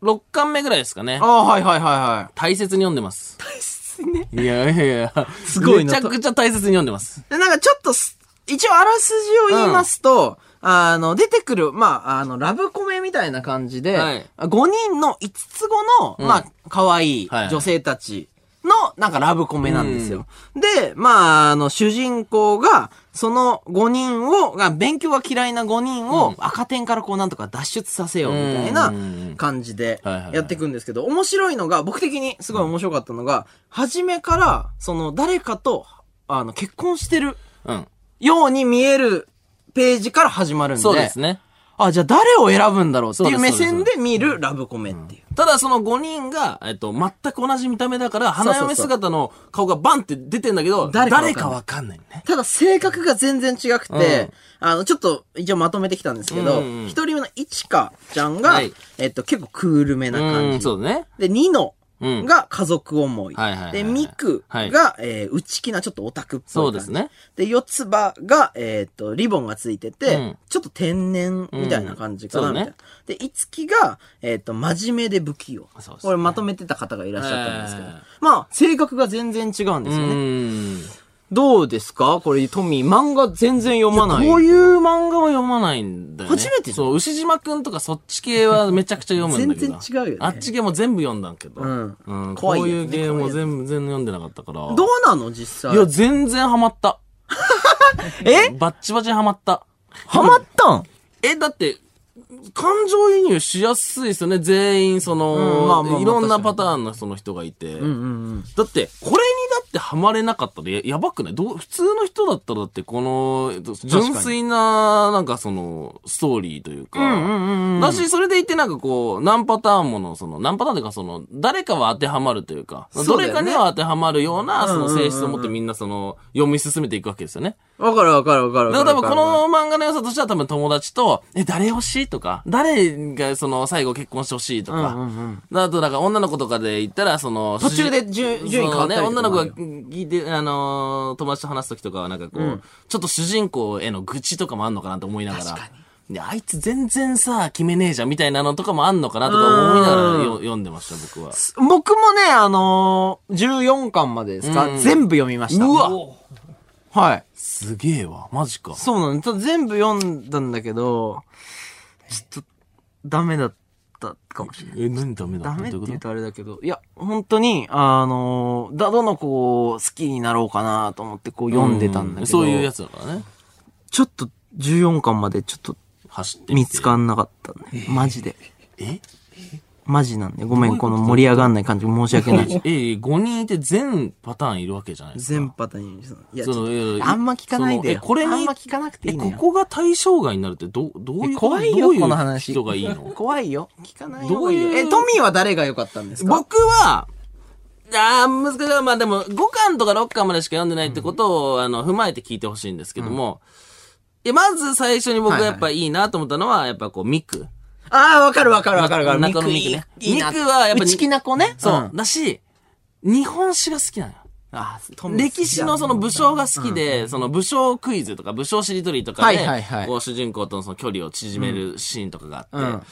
Speaker 1: 六巻目ぐらいですかね
Speaker 2: あ。あ、はいはいはいは
Speaker 1: 大切に読んでます。
Speaker 2: い。大切ね。
Speaker 1: いやいやいや。
Speaker 2: すごい
Speaker 1: め
Speaker 2: な
Speaker 1: ちゃくちゃ大切に読んでます。
Speaker 2: で、なんかちょっとす、一応あらすじを言いますと、あの、出てくる、まあ、あの、ラブコメみたいな感じで、
Speaker 1: はい
Speaker 2: 5人の5つ子の、
Speaker 1: ん
Speaker 2: まあ、可愛い
Speaker 1: はい
Speaker 2: 女性たちの、なんかラブコメなんですよ。で、まあ、あの、主人公が、その5人を、が勉強が嫌いな5人を赤点からこうなんとか脱出させようみたいな
Speaker 1: うん
Speaker 2: 感じで
Speaker 1: はいはいはい
Speaker 2: やっていくんですけど、面白いのが、僕的にすごい面白かったのが、初めから、その誰かと、あの、結婚してる
Speaker 1: うん。
Speaker 2: ように見えるページから始まるんで。
Speaker 1: そうですね。
Speaker 2: あ、じゃあ誰を選ぶんだろうっていう
Speaker 1: そう
Speaker 2: 目
Speaker 1: ですそうです
Speaker 2: 線で見るラブコメっていう。
Speaker 1: ただその5人が、えっと、全く同じ見た目だから、
Speaker 2: うそう
Speaker 1: 花嫁姿の顔がバンって出てんだけど、
Speaker 2: 誰
Speaker 1: 誰
Speaker 2: かわかんない
Speaker 1: かわかんないね。
Speaker 2: ただ性格が全然違くて、あの、ちょっと一応まとめてきたんですけど、一、
Speaker 1: うんうん
Speaker 2: 人目のいちかちゃんが、
Speaker 1: はい
Speaker 2: えっと、結構クールめな
Speaker 1: う
Speaker 2: 感
Speaker 1: ん、
Speaker 2: じ。
Speaker 1: そうだね。
Speaker 2: で、ニノ
Speaker 1: うん
Speaker 2: が家族思い。
Speaker 1: はいはいはいはい
Speaker 2: で、ミクが、
Speaker 1: はい
Speaker 2: えー、内気なちょっとオタクっぽい感じ。
Speaker 1: そうですね。
Speaker 2: で、四つ葉が、えっ、と、リボンがついてて、
Speaker 1: うん
Speaker 2: ちょっと天然みたいな感じかな、
Speaker 1: うん
Speaker 2: み
Speaker 1: そう
Speaker 2: た
Speaker 1: ね
Speaker 2: いな。で、いつきが、えっ、と、真面目で不器用。
Speaker 1: そうですね
Speaker 2: これまとめてた方がいらっしゃったんですけど。
Speaker 1: えー
Speaker 2: まあ、性格が全然違うんですよね。
Speaker 1: ん。
Speaker 2: どうですかこれ、トミー、漫画全然読まない。
Speaker 1: こういう漫画は読まないんだよね。
Speaker 2: 初めてじゃん
Speaker 1: そう、牛島くんとかそっち系はめちゃくちゃ読むんだけど。
Speaker 2: 全然違うよね
Speaker 1: あっち系も全部読んだんけど。
Speaker 2: うん
Speaker 1: うん。こ
Speaker 2: 怖いうよね
Speaker 1: いう系も全部、全然読んでなかったから。
Speaker 2: どうなの実
Speaker 1: いや、
Speaker 2: 際。
Speaker 1: 全然ハマった。
Speaker 2: え
Speaker 1: バッチバチハマった。
Speaker 2: ハマったん
Speaker 1: え、だって、感情移入しやすいですよね。全員、その、
Speaker 2: うんまあまあまあ
Speaker 1: いろんなパターンのその人がいて。
Speaker 2: うんうんうん。
Speaker 1: だって、これにだっってハマれなかったらややばくないどう普通の人だったらだってこのえっと純粋ななんかそのストーリーというか、
Speaker 2: うんうんうんうん。
Speaker 1: だし、それでいてなんかこう、何パターンもの、その、何パターンというか、その、誰かは当てはまるというか、
Speaker 2: そう
Speaker 1: ど
Speaker 2: だ
Speaker 1: れ
Speaker 2: よね
Speaker 1: かには当てはまるような、その
Speaker 2: うんうんうんう
Speaker 1: 性
Speaker 2: ん
Speaker 1: 質を持ってみんなその、読み進めていくわけですよね。
Speaker 2: わかるわかるわかる
Speaker 1: だ
Speaker 2: わ
Speaker 1: か
Speaker 2: かる。
Speaker 1: ら多分この漫画の良さとしては多分友達と、え、誰欲しいとか、誰がその、最後結婚してほしいと
Speaker 2: うんう
Speaker 1: か、
Speaker 2: んうん。
Speaker 1: あとなんか女の子とかで言ったら、その、
Speaker 2: 途中で順順位変わったり
Speaker 1: そ
Speaker 2: と
Speaker 1: うね、
Speaker 2: かもあ
Speaker 1: 女の
Speaker 2: る
Speaker 1: 子が
Speaker 2: よ
Speaker 1: 聞いて、あのー友達と話すときとかはなんかこう、ちょっと主人公への愚痴とかもあんのかなと思いながら。で、あいつ全然さ、決めねえじゃんみたいなのとかもあんのかなとか思いながらよ読んでました、僕は。
Speaker 2: 僕もね、あのー、14巻までですか、
Speaker 1: うん
Speaker 2: 全部読みました。
Speaker 1: うわ
Speaker 2: はい。
Speaker 1: すげえわ、マジか。
Speaker 2: そうなんです。全部読んだんだけど、ちょっと、ダメだったかもしれない。
Speaker 1: え、何ダメだ
Speaker 2: ダメって
Speaker 1: どういうこ
Speaker 2: 言う
Speaker 1: と
Speaker 2: とあれだけど、いや、本当に、あのー、だ、どの子を好きになろうかなと思ってこう読んでたんだけど、
Speaker 1: うそういうやつだからね。
Speaker 2: ちょっと14巻までちょっと
Speaker 1: 走ってみて。
Speaker 2: 見つかんなかったね。マジで。
Speaker 1: え
Speaker 2: マジなんで。ごめ、
Speaker 1: どうんいうこ
Speaker 2: ことの盛り上がんない感じ申し訳ない。
Speaker 1: え、5人いて全パターンいるわけじゃないですか。
Speaker 2: 全パターンに。いや、
Speaker 1: その
Speaker 2: ちょっと
Speaker 1: いやいや
Speaker 2: あんま聞かないで
Speaker 1: そ
Speaker 2: よ。
Speaker 1: のえこれに
Speaker 2: あんま聞かなくてい
Speaker 1: え、
Speaker 2: いの
Speaker 1: こ
Speaker 2: よ。
Speaker 1: こが対象外になるってど、どういう
Speaker 2: え
Speaker 1: こと
Speaker 2: 怖いよ
Speaker 1: どういう
Speaker 2: この話
Speaker 1: 人がいいの
Speaker 2: 怖いよ。聞かない方がいいよ。
Speaker 1: どういう
Speaker 2: え、トミーは誰が良かったんですか
Speaker 1: 僕は、ああ、難しい。まあでも、5巻とか6巻までしか読んでないってことを、あの、踏まえて聞いてほしいんですけども、いや、まず最初に僕がやっぱいいなと思ったのは、やっぱこう、ミク。
Speaker 2: ああ、わかるわかるわかるわかる。
Speaker 1: 中野ミクね
Speaker 2: いいいいな
Speaker 1: ミクはやっぱり
Speaker 2: 内気な子ね。
Speaker 1: そう。
Speaker 2: ん。
Speaker 1: だし、日本史が好きなのよ。
Speaker 2: あートミー
Speaker 1: 歴史のその武将が好きで、その武将クイズとか武将しりとりとか
Speaker 2: はいはい
Speaker 1: で
Speaker 2: はい、
Speaker 1: こう主人公とのその距離を縮めるシーンとかが
Speaker 2: う
Speaker 1: あ
Speaker 2: ん
Speaker 1: っ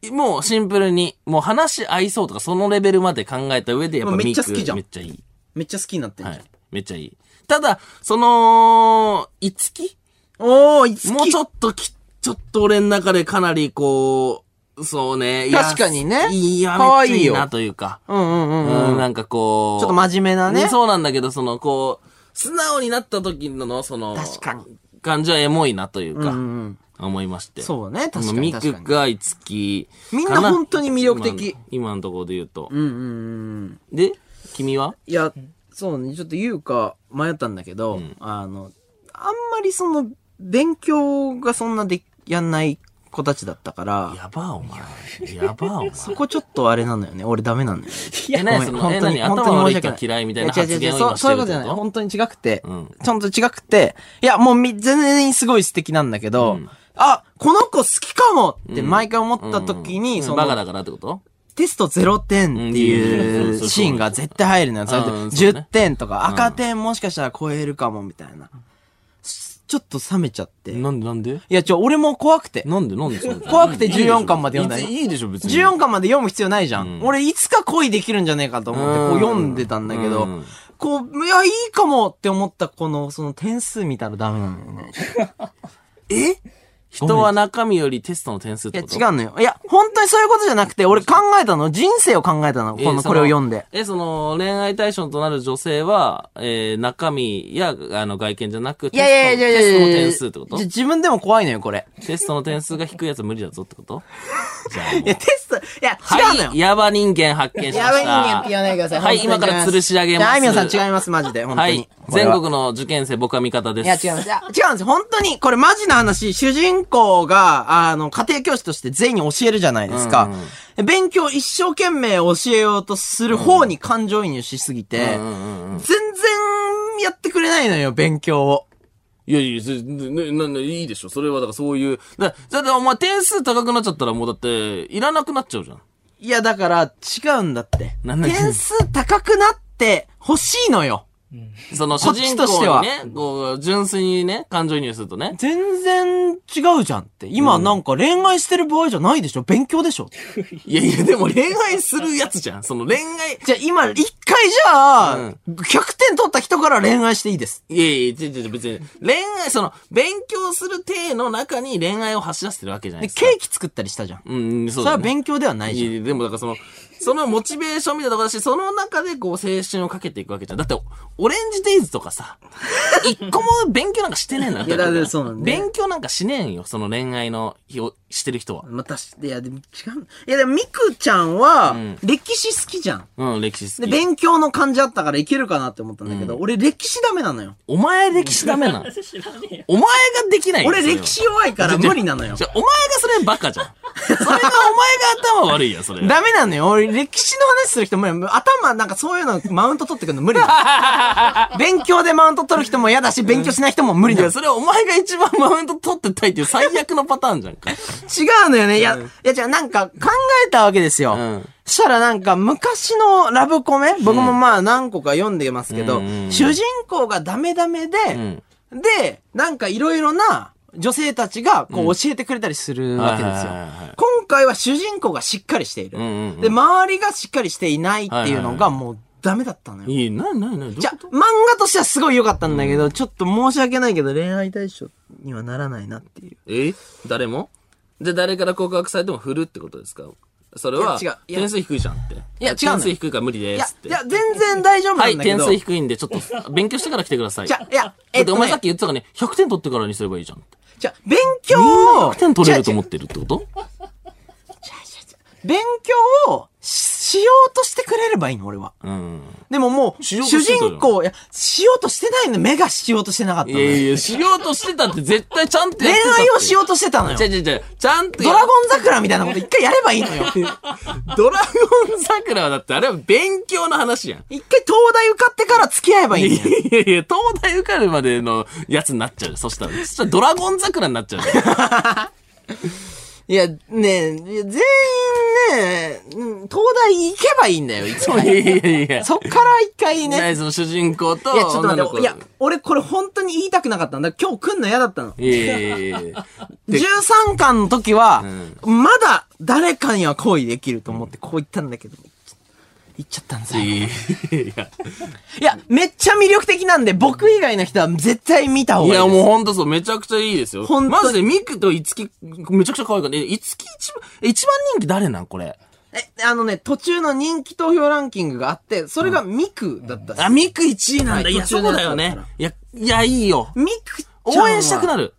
Speaker 1: て、もうシンプルに、もう話合いそうとかそのレベルまで考えた上で、やっぱミク
Speaker 2: めっちゃ好きじゃん
Speaker 1: めっちゃいい。
Speaker 2: めっちゃ好きになってんじ
Speaker 1: は
Speaker 2: ゃん。
Speaker 1: い。めっちゃいい。ただ、その、いつき
Speaker 2: おー、いつき。
Speaker 1: もうちょ
Speaker 2: っ
Speaker 1: っとき、ちょっと俺の中でかなりこう、そうね。いや
Speaker 2: 確かにね
Speaker 1: いや、
Speaker 2: 可
Speaker 1: めっ
Speaker 2: 愛
Speaker 1: ちゃ
Speaker 2: い
Speaker 1: いい
Speaker 2: よ
Speaker 1: なというか。
Speaker 2: と。うんうんうん
Speaker 1: う、
Speaker 2: うんん。ち
Speaker 1: なんかこう。
Speaker 2: ょっと真面目なね。
Speaker 1: そうなんだけど、その、こう、素直になった時のの、その、
Speaker 2: 確かに。
Speaker 1: 感じはエモいなというか、
Speaker 2: うんうん。
Speaker 1: 思いまして。
Speaker 2: そうね、確か
Speaker 1: この
Speaker 2: に
Speaker 1: ミ
Speaker 2: 確
Speaker 1: ク
Speaker 2: かに。
Speaker 1: がいつきか。
Speaker 2: みんな本当に魅力
Speaker 1: 今
Speaker 2: 的
Speaker 1: の。今のところで言うと。
Speaker 2: うんうんうんうん。
Speaker 1: で、君はい
Speaker 2: や、そうね、ちょっと言うか迷ったんだけど、
Speaker 1: うん
Speaker 2: あの、あんまりその、勉強がそんなで、やんない子たちだったから、
Speaker 1: やば、お前。やば、 お前。
Speaker 2: そこちょっとあれなのよね。俺ダメなのよ。い
Speaker 1: やねそのえ何頭悪い人は嫌いみたいな発言を
Speaker 2: そう、
Speaker 1: 今して
Speaker 2: そうい
Speaker 1: る
Speaker 2: う
Speaker 1: ってこと
Speaker 2: ことじゃない。本当に違くて。
Speaker 1: うん
Speaker 2: ちゃんと違くて。いや、もうみ、全然すごい素敵なんだけど、
Speaker 1: うん
Speaker 2: あ、この子好きかもって毎回思った時に、
Speaker 1: うん
Speaker 2: その、
Speaker 1: バカだからってこと
Speaker 2: テスト0点って
Speaker 1: うんそ
Speaker 2: い
Speaker 1: うそうう
Speaker 2: シーンが絶対入るのよ。それで
Speaker 1: うんそう
Speaker 2: 10
Speaker 1: ね
Speaker 2: 点とか、赤点もしかしたら超えるかもみたいな。すちょっと冷めちゃって。い
Speaker 1: なんでなんで
Speaker 2: や、ちょ、俺も怖くて。
Speaker 1: なんでなんでそれ
Speaker 2: 怖くて14巻まで読んだよ
Speaker 1: いいいいでしょ、別に。
Speaker 2: 14巻まで読む必要ないじゃん。
Speaker 1: うん
Speaker 2: 俺いつか恋できるんじゃねえかと思って、こう読んでたんだけど、
Speaker 1: ううん
Speaker 2: こう、いや、いいかもって思ったこの、その点数見たらダメなのよね。
Speaker 1: え人は中身よりテストの点数っ
Speaker 2: いや、
Speaker 1: てこと
Speaker 2: 違うのよ。いや、本当にそういうことじゃなくて、俺考えたの、人生を考えたの、
Speaker 1: え
Speaker 2: この、
Speaker 1: そ
Speaker 2: これを読んで。
Speaker 1: え、その、恋愛対象となる女性は、えー中身や、あの、外見じゃなく、
Speaker 2: いやいやいやいやい
Speaker 1: テス
Speaker 2: やいや
Speaker 1: トのテストの
Speaker 2: じゃ
Speaker 1: 点数ってこ
Speaker 2: 自分でも怖いのよ、これ。
Speaker 1: とテストの点数が低いやつは無理だぞって ことじゃあ
Speaker 2: い
Speaker 1: も
Speaker 2: や、
Speaker 1: う。
Speaker 2: テスト、いや、違うのよ
Speaker 1: はい、。ヤバ人間発見しました。
Speaker 2: やばい人間って言わないでください。
Speaker 1: はい、今から吊るし上げます。
Speaker 2: あいみょんさん違います、マジで。本当
Speaker 1: は
Speaker 2: に。
Speaker 1: い、全国の受験生僕は味方です。
Speaker 2: いや、違います。いや違うんです。本当に、これマジな話、主人公が、あの、家庭教師として全員に教えるじゃないですか
Speaker 1: うんうん。
Speaker 2: で勉強一生懸命教えようとする方に感情移入しすぎて、
Speaker 1: うんうんうん
Speaker 2: 全然やってくれないのよ、勉強を。
Speaker 1: いやいや、ぜね、な、ね、いいでしょ。それは、だからそういう。だ、だってお前点数高くなっちゃったらもうだって、いらなくなっちゃうじゃん。
Speaker 2: いや、だから、違うんだって。
Speaker 1: なんだっけ
Speaker 2: 点数高くなって欲しいのよ。
Speaker 1: その
Speaker 2: こ
Speaker 1: 主
Speaker 2: っち
Speaker 1: 人
Speaker 2: として
Speaker 1: 公
Speaker 2: は
Speaker 1: にね、こう、純粋にね、感情移入するとね。
Speaker 2: 全然違うじゃんって。今なんか恋愛してる場合じゃないでしょ勉強でしょ
Speaker 1: いやいや、でも恋愛するやつじゃん。その恋愛。
Speaker 2: じゃあ今、一回じゃあ、
Speaker 1: うん
Speaker 2: 100点取った人から恋愛していいです。
Speaker 1: いやいや、違う違う別に。恋愛、その、勉強する体の中に恋愛を走らせてるわけじゃないで
Speaker 2: で、
Speaker 1: す
Speaker 2: ケ
Speaker 1: か。
Speaker 2: ーキ作ったりしたじゃん。
Speaker 1: うん、そ
Speaker 2: そうれ
Speaker 1: だ、
Speaker 2: は
Speaker 1: ね。
Speaker 2: 勉強ではな
Speaker 1: い
Speaker 2: いじ
Speaker 1: やいやでもだからその、そのモチベーションみたいなとこだし、その中でこう青春をかけていくわけじゃん。だって、オレンジデイズとか さ、一個も勉強なんかしてねえんだ
Speaker 2: いやだってそうなんだよ
Speaker 1: 勉強なんかしねえんよ、その恋愛の日をしてる人は。
Speaker 2: またし、いや、でも違う。いや、でも、ミクちゃんは
Speaker 1: ん、
Speaker 2: 歴史好きじゃん。
Speaker 1: うん、歴史
Speaker 2: で、
Speaker 1: 好き。
Speaker 2: 勉強の感じあったからいけるかなって思ったんだけど、俺歴史ダメなのよ。
Speaker 1: お前歴史ダメなの。
Speaker 4: 知らねえよ。
Speaker 1: お前ができないよ
Speaker 2: 俺
Speaker 1: それは
Speaker 2: 歴史弱いから無理なのよ
Speaker 1: じ。ゃあお前がそれバカじゃん。それがお前が頭悪いやん、 それ。
Speaker 2: ダメなのよ。俺歴史の話する人無理。頭なんかそういうのマウント取ってくるの無理な の勉強でマウント取る人も嫌だし、勉強しない人も無理
Speaker 1: い
Speaker 2: だ
Speaker 1: や、それはお前が一番マウント取ってたいっていう最悪のパターンじゃん か。
Speaker 2: 違うのよね。いや、いや、じゃあなんか考えたわけですよ。
Speaker 1: うん
Speaker 2: そしたらなんか昔のラブコメ、僕もまあ何個か読んでますけど、
Speaker 1: うんうんうん
Speaker 2: 主人公がダメダメで、
Speaker 1: うん。
Speaker 2: で、なんかいろいろな女性たちがこう教えてくれたりするわけですよ
Speaker 1: はいはいはいはい。
Speaker 2: 今回は主人公がしっかりしている、
Speaker 1: うんうんうん
Speaker 2: で、周りがしっかりしていないっていうのがもうダメだったのよ。
Speaker 1: いい、なになになに
Speaker 2: じゃあ、漫画としてはすごい良かったんだけど、ちょっと申し訳ないけど恋愛対象にはならないなっていう。
Speaker 1: え誰もじゃあ誰から告白されても振るってことですかそれはい
Speaker 2: や違ういや
Speaker 1: 点数低いじゃんって。
Speaker 2: いや違うのよ
Speaker 1: 点数低いから無理
Speaker 2: い
Speaker 1: で
Speaker 2: や
Speaker 1: すっ、て。
Speaker 2: いや、全然大丈夫
Speaker 1: は、
Speaker 2: ないんだけ
Speaker 1: 点
Speaker 2: ど。
Speaker 1: 数低いんで、ちょっと、勉強してから来てください。
Speaker 2: じゃあ、いや、
Speaker 1: だ
Speaker 2: え
Speaker 1: っ
Speaker 2: ってと、
Speaker 1: お
Speaker 2: ね、
Speaker 1: 前さっき言ってたからね、100点取ってからにすればいいじゃんって。
Speaker 2: じゃあ勉強を、
Speaker 1: 100点取れると思
Speaker 2: 違う違う
Speaker 1: ってるってこと
Speaker 2: 勉強をししようとしてくれればいいの、俺は。
Speaker 1: うん。
Speaker 2: でももう、
Speaker 1: しよ
Speaker 2: 主
Speaker 1: うとしてたよ
Speaker 2: 人公、いや、しようとしてないの、目がしようとしてなかった
Speaker 1: い
Speaker 2: の
Speaker 1: や
Speaker 2: よ。
Speaker 1: いや、しようとしてたって絶対ちゃんと
Speaker 2: 恋
Speaker 1: やってたって。
Speaker 2: 愛をしようとしてたのよ。
Speaker 1: 違う違う違う。ちゃんと
Speaker 2: ド
Speaker 1: や
Speaker 2: ラゴン桜みたいなこと一回やればいいのよ。
Speaker 1: ドラゴン桜はだってあれは勉強の話やん。
Speaker 2: 一回東大受かってから付き合えばいい
Speaker 1: い
Speaker 2: のよ。
Speaker 1: やいや、東大受かるまでのやつになっちゃう。そしたら、そしたらドラゴン桜になっちゃう。
Speaker 2: いや、ねえ、いや全員ね、うん東大行けばいいんだよ、一
Speaker 1: いや
Speaker 2: 回。
Speaker 1: いやいや。
Speaker 2: そっから一回ね。
Speaker 1: ね、その主人公と
Speaker 2: いや、ちょっと
Speaker 1: 女
Speaker 2: 待
Speaker 1: の
Speaker 2: っ
Speaker 1: 子。
Speaker 2: て、いや、俺これ本当に言いたくなかったんだ。今日来んの嫌だったの。
Speaker 1: いやいやいやいや。で
Speaker 2: 13巻の時は、まだ誰かには恋できると思ってこう言ったんだけど、言っちゃったんですよ。い
Speaker 1: いや
Speaker 2: や、めっちゃ魅力的なんで、僕以外の人は絶対見た方
Speaker 1: い
Speaker 2: がいいで
Speaker 1: や、
Speaker 2: す。
Speaker 1: もうほんとそう、めちゃくちゃいいですよ。
Speaker 2: ほんと
Speaker 1: マジで、ミクとイツキ、めちゃくちゃ可愛かった。え、イツキ一番、え一番人気誰なんこれ。
Speaker 2: え、あのね、途中の人気投票ランキングがあって、それがミクだったっす
Speaker 1: あ、ミク1位なんだ。
Speaker 2: はい
Speaker 1: いや、
Speaker 2: 途
Speaker 1: そ
Speaker 2: 中の
Speaker 1: う
Speaker 2: や
Speaker 1: だ
Speaker 2: つ
Speaker 1: よ
Speaker 2: だっ
Speaker 1: ね
Speaker 2: たら。
Speaker 1: いや、いや、いいよ。
Speaker 2: ミクちゃんは
Speaker 1: 応援したくなる。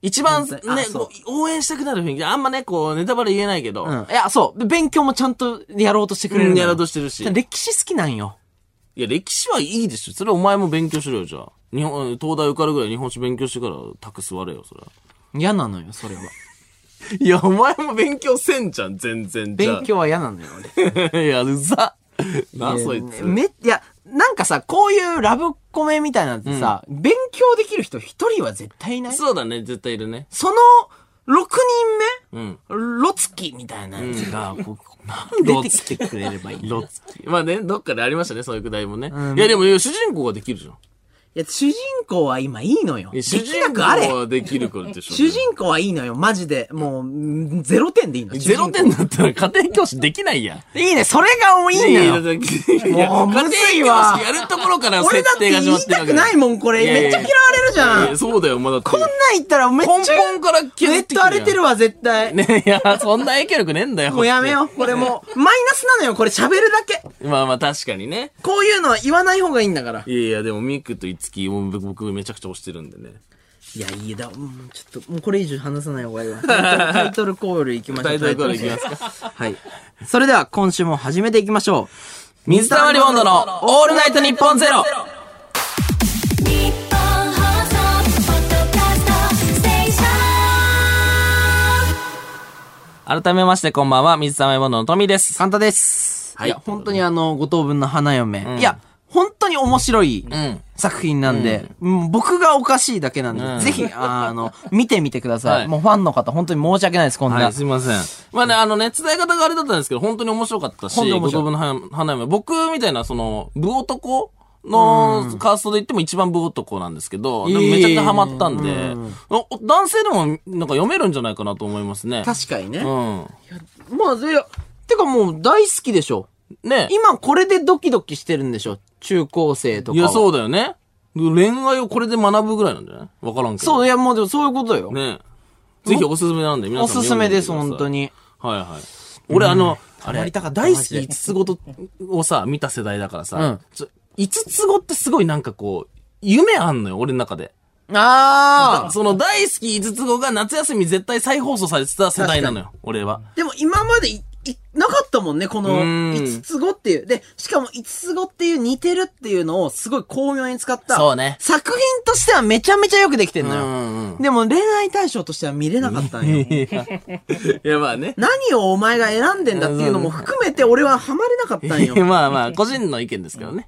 Speaker 1: 一番ね
Speaker 2: 本当にあ、そう
Speaker 1: こう応援したくなる雰囲気。あんまね、こう、ネタバレ言えないけど。
Speaker 2: うん。いや、そう。勉強もちゃんとやろうとしてくれ
Speaker 1: う
Speaker 2: るのよ。
Speaker 1: んやろうとしてるし
Speaker 2: 歴史好きなんよ。
Speaker 1: いや、歴史はいいでしょ。それお前も勉強しろよ、じゃあ。日本、東大受かるぐらい日本史勉強してから、タク座れよ、それは。
Speaker 2: 嫌なのよ、それは。
Speaker 1: いや、お前も勉強せんじゃん、全然じゃあ
Speaker 2: 勉。強は嫌なのよ、
Speaker 1: い
Speaker 2: 俺。
Speaker 1: や、うざ。な、そいつ。
Speaker 2: め、いや、なんかさ、こういうラブコメみたいなのってさ、勉強できる人一人は絶対いないそ
Speaker 1: そうだね、絶対いるね。
Speaker 2: の、6人
Speaker 1: うん。
Speaker 2: 目、ロツキみたいなやつが、こう、 出てきてくれれ ばいい。い
Speaker 1: ロツキ。まあね、どっかでありましたね、そういうくだりもね。
Speaker 2: うん
Speaker 1: いや、でも、いや主人公ができるじゃん。
Speaker 2: や、主人公は今いいのよ。
Speaker 1: い
Speaker 2: で
Speaker 1: や主
Speaker 2: き
Speaker 1: 人
Speaker 2: な
Speaker 1: 公
Speaker 2: くあれ。
Speaker 1: はできるからでしょ。
Speaker 2: 主人公はいいのよ、マジで。もう、うんゼロ点でいいの。
Speaker 1: ゼロ点だったら家庭教師できないやん。
Speaker 2: 主人公 いいね、それがもういいのよ。
Speaker 1: やいや
Speaker 2: もうむずい
Speaker 1: 家庭
Speaker 2: わ
Speaker 1: 教師やるところから
Speaker 2: 俺だ
Speaker 1: 設
Speaker 2: って
Speaker 1: 定が
Speaker 2: 言
Speaker 1: 始ま
Speaker 2: い
Speaker 1: ってる
Speaker 2: た
Speaker 1: わけ
Speaker 2: くないもん、これ。
Speaker 1: いやいや
Speaker 2: めっちゃ嫌われるじゃん。
Speaker 1: いやそうだよ、まだ。
Speaker 2: こんなん言ったらめっちゃ
Speaker 1: 根本から
Speaker 2: 絶
Speaker 1: 削ってくる
Speaker 2: 対荒れてるわ、絶対。
Speaker 1: ね、 いや、そんな影響力ねえんだよ。
Speaker 2: もうやめよう。これもう、マイナスなのよ、これ喋るだけ。
Speaker 1: まあまあ、確かにね。
Speaker 2: こういうのは言わない方がいいんだから。
Speaker 1: いやいや、でも、ミクとイツキ、僕、僕めちゃくちゃ推してるんでね。
Speaker 2: いや、いいだ、うんちょっと、もうこれ以上話さない方がいいわ。タイトルコールいきましょう。
Speaker 1: タイトルコールいきますか。
Speaker 2: か。はい。それでは、今週も始めていきましょう。
Speaker 1: 水溜りボンドのオールナイトニッポンゼロ
Speaker 3: 日本放送ポッドキャストステーショ
Speaker 1: 改めまして、こんばんは、水溜りボンドのトミーです。
Speaker 2: 簡単です。
Speaker 1: はい
Speaker 2: いや、本当にあの、五等分の花嫁。
Speaker 1: ん
Speaker 2: いや、本当に面白い
Speaker 1: ん
Speaker 2: 作品なんで、うん僕がおかしいだけなんで、
Speaker 1: うん
Speaker 2: ぜひ、あの、見てみてください。
Speaker 1: はい
Speaker 2: もうファンの方、本当に申し訳ないです、こんな。
Speaker 1: はい、すいません。まあね、あのね、伝え方があれだったんですけど、本当に面白かったし、
Speaker 2: 本当に面
Speaker 1: 五
Speaker 2: 白
Speaker 1: 等
Speaker 2: い
Speaker 1: 分の花花嫁、僕みたいな、その、部男のカーストで言っても一番部男なんですけど、でもめちゃくちゃハマったんで、おお男性でもなんか読めるんじゃないかなと思いますね。
Speaker 2: 確かにね。
Speaker 1: うん。
Speaker 2: まあ、いや、てかもう大好きでしょ。
Speaker 1: ね。
Speaker 2: 今これでドキドキしてるんでしょ中高生とか。
Speaker 1: いや、そううだよね。恋愛をこれで学ぶぐらいなんじゃないわからんけど。
Speaker 2: そう、いや、もうでもそういうことよ。
Speaker 1: ね。ぜひおすすめなんで、皆
Speaker 2: お
Speaker 1: さんも読
Speaker 2: すす
Speaker 1: んで
Speaker 2: め
Speaker 1: みてくだ
Speaker 2: で
Speaker 1: さ
Speaker 2: す、
Speaker 1: い
Speaker 2: 本当。に。
Speaker 1: はいはい。俺、あの、あれ、
Speaker 2: まりたかった
Speaker 1: 大好き
Speaker 2: マジで
Speaker 1: 5つごとをさ、見た世代だから
Speaker 2: うん
Speaker 1: さ、ちょ5つごってすごいなんかこう、夢あんのよ、俺の中で。
Speaker 2: あ
Speaker 1: その大好き5つごが夏休み絶対再放送されてた世代なのよ、俺は。
Speaker 2: でも今までい、いなかったもんね、この
Speaker 1: うん
Speaker 2: 5つ語っていう。で、しかも5つ語っていう似てるっていうのをすごい巧妙に使った。
Speaker 1: そうね
Speaker 2: 作品としてはめちゃめちゃよくできてんのよ。
Speaker 1: ん。
Speaker 2: でも恋愛対象としては見れなかったんよ。
Speaker 1: いや、いやまあね。
Speaker 2: 何をお前が選んでんだっていうのも含めて俺はハマれなかったんよ。
Speaker 1: まあまあ、個人の意見ですけど ね。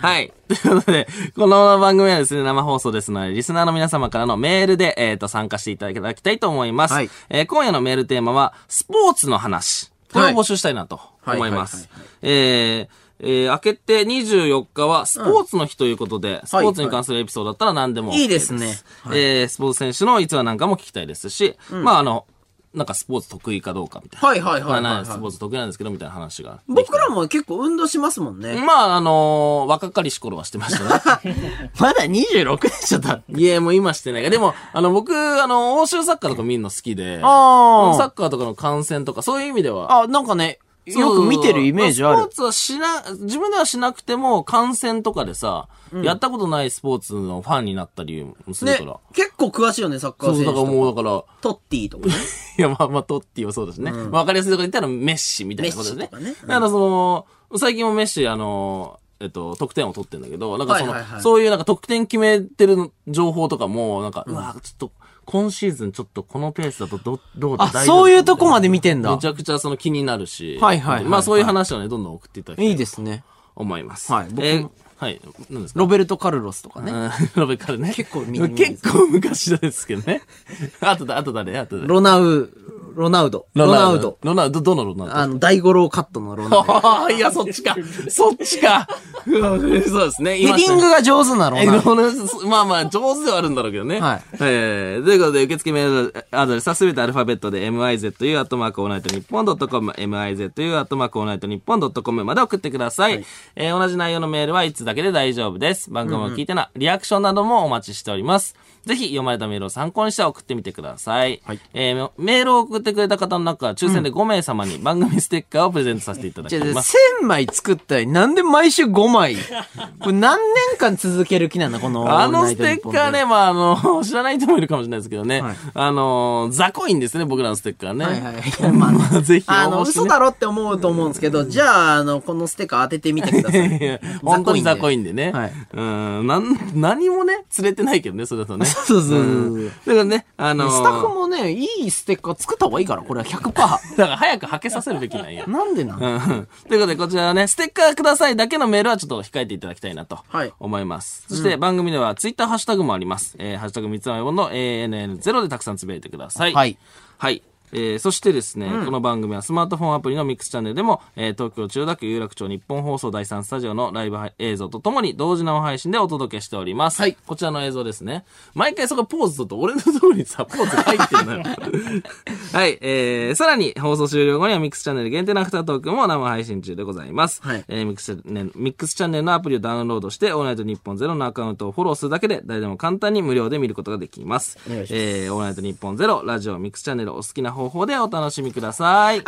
Speaker 1: はい。ということで、この番組はですね、生放送ですので、リスナーの皆様からのメールで、えっ、と、参加していただきたいと思います。
Speaker 2: はい
Speaker 1: えー今夜のメールテーマは、スポーツの話。これを募集したいなと
Speaker 2: はい
Speaker 1: 思います
Speaker 2: は。
Speaker 1: えーえー明けて24日はスポーツの日ということで、スポーツに関するエピソードだったら何でも、
Speaker 2: いいですねはい
Speaker 1: えースポーツ選手の逸話なんかも聞きたいですし、まああの、なんかスポーツ得意かどうかみたいな。
Speaker 2: はいはいはいはいはい
Speaker 1: まあなスポーツ得意なんですけどみたいな話が。
Speaker 2: 僕らも結構運動しますもんね。
Speaker 1: まあ、あのー若かりし頃はしてま したね。まだ26でしょ、だって。いや、もう今してないが。でも、あの、僕、あの、欧州サッカーとか見るの好きで、
Speaker 2: あー
Speaker 1: サッカーとかの観戦とか、そういう意味では、
Speaker 2: あ、なんかね、よく見てるイメージあ
Speaker 1: ま
Speaker 2: る
Speaker 1: ス。ポーツはしな、自分ではしなくても、観戦とかでさ、やったことないスポーツのファンになったりもするから。
Speaker 2: ね、結構詳しいよね、サッカー
Speaker 1: そうそ
Speaker 2: 選
Speaker 1: う、
Speaker 2: 手
Speaker 1: だから
Speaker 2: と
Speaker 1: も
Speaker 2: か。
Speaker 1: う、だから、
Speaker 2: トッティとかね。
Speaker 1: いや、まあまあ、トッティはそうですね。まあわ、かりやすいところで言ったら、メッシみたいなことですね。
Speaker 2: メッシとかねうん
Speaker 1: だから、その、最近もメッシ、あの、えっと、得点を取ってんだけど、なんかその、
Speaker 2: はいはいはい
Speaker 1: そういうなんか得点決めてる情報とかも、なんか、うわ、ちょっと、今シーズンちょっとこのペースだとど、どうだ
Speaker 2: あ、そういうとこまで見てん
Speaker 1: め
Speaker 2: だ
Speaker 1: ち。ゃくちゃその気になるし、
Speaker 2: はいはいはいはい
Speaker 1: まあそういう話をね、どんどん送っていただきたい
Speaker 2: いいですね。
Speaker 1: と思います。
Speaker 2: はい僕も
Speaker 1: えーはい、何ですか
Speaker 2: ロベルト・カルロスとかね。
Speaker 1: うんロ ベカルね。
Speaker 2: 結構見
Speaker 1: 結構昔ですけどね。 あとだ、あと誰あと誰
Speaker 2: ロナウ、ロナウド。ロナウド。。
Speaker 1: ロナウド、どのロナウド
Speaker 2: あの、大五郎カットのロナウド。
Speaker 1: あ あ、いや、そっちか。そっちか。うわ そうですね。
Speaker 2: ヘデ
Speaker 1: 今
Speaker 2: ィングが上手なロ
Speaker 1: え
Speaker 2: ナウド。
Speaker 1: このまあまあ、上手ではあるんだろうけどね。
Speaker 2: はい
Speaker 1: えーということで、受付メールアドレスはすべてアルファベットで、mizu、アットマークオールナイトニッポンドットコム、mizu、アットマークオールナイトニッポンドットコムまで送ってください。えー同じ内容のメールはいつだけで大丈夫です。番組を聞いてな、リアクションなどもお待ちしております。ぜひ読まれたメールを参考にして送ってみてください。
Speaker 2: はい
Speaker 1: えーメールを送ってくれた方の中から抽選で5名様に番組ステッカーをプレゼントさせていただき
Speaker 2: じゃあ、
Speaker 1: ます。
Speaker 2: 1000枚作ったり、なんで毎週5枚。 これ何年間続ける気なんだ、この。
Speaker 1: あのステッカー。ね、まあ、あの、 知らない人もいるかもしれないですけどね。
Speaker 2: はい
Speaker 1: あの、雑魚いんですね、僕らのステッカーね。
Speaker 2: はいはいいやまあ
Speaker 1: まあ、 ぜひ、
Speaker 2: あ
Speaker 1: 応
Speaker 2: の、
Speaker 1: 募して
Speaker 2: 嘘
Speaker 1: ね
Speaker 2: だろって思うと思うんですけど、じゃあ、あの、このステッカー当ててみてください。
Speaker 1: いや本当に雑魚い
Speaker 2: んで。
Speaker 1: んでね。
Speaker 2: はい
Speaker 1: うん、なん、何もね、釣れてないけどね、それだとね。ス
Speaker 2: そうそうそうそう。
Speaker 1: だからね、あの
Speaker 2: スタッフもね、いいステッカー作った方がいいから、これは100%。
Speaker 1: だから早くはけさせるべきなん よ。
Speaker 2: なんでな
Speaker 1: う
Speaker 2: の
Speaker 1: んということで、こちらはね、ステッカーくださいだけのメールはちょっと控えていただきたいなと
Speaker 2: はい
Speaker 1: 思います。そして番組ではツイッターハッシュタグもあります。えー、ハッシュタグ三つ目の ANN0 でたくさんつぶやいてください。
Speaker 2: はい。
Speaker 1: はい。えー、そしてですね、この番組はスマートフォンアプリのミックスチャンネルでも、えー、東京千代田区有楽町日本放送第3スタジオのライブ配映像とともに同時生配信でお届けしております。
Speaker 2: はい
Speaker 1: こちらの映像ですね。毎回そこポーズとって俺のところにさ、ポーズ入ってるのよ。 はい、えー、さらに放送終了後にはミックスチャンネル限定のアフタートークも生配信中でございます。
Speaker 2: はい
Speaker 1: えーミックスチャンネル、ミックスチャンネルのアプリをダウンロードして、オールナイトニッポンゼロのアカウントをフォローするだけで、誰でも簡単に無料で見ることができます。
Speaker 2: お願いします
Speaker 1: えー、オールナイトニッポンゼロ、ラジオ、ミックスチャンネル、お好きな方法でお楽しみください。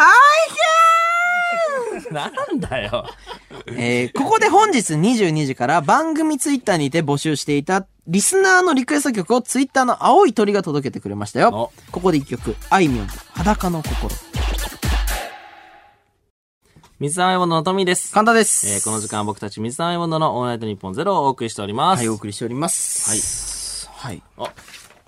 Speaker 1: なんだよ。
Speaker 2: えーここで本日22時から番組ツイッターにて募集していたリスナーのリクエスト曲をツイッターの青い鳥が届けてくれましたよ
Speaker 1: お。
Speaker 2: ここで一曲、あいみょんと裸の心。
Speaker 1: 水溜りボンドのトミーです。
Speaker 2: 簡単です。
Speaker 1: えー、この時間は僕たち水溜りボンドのオールナイトニッポンゼロをお送りしております。
Speaker 2: はい、お送りしております。はい。はい。
Speaker 1: あ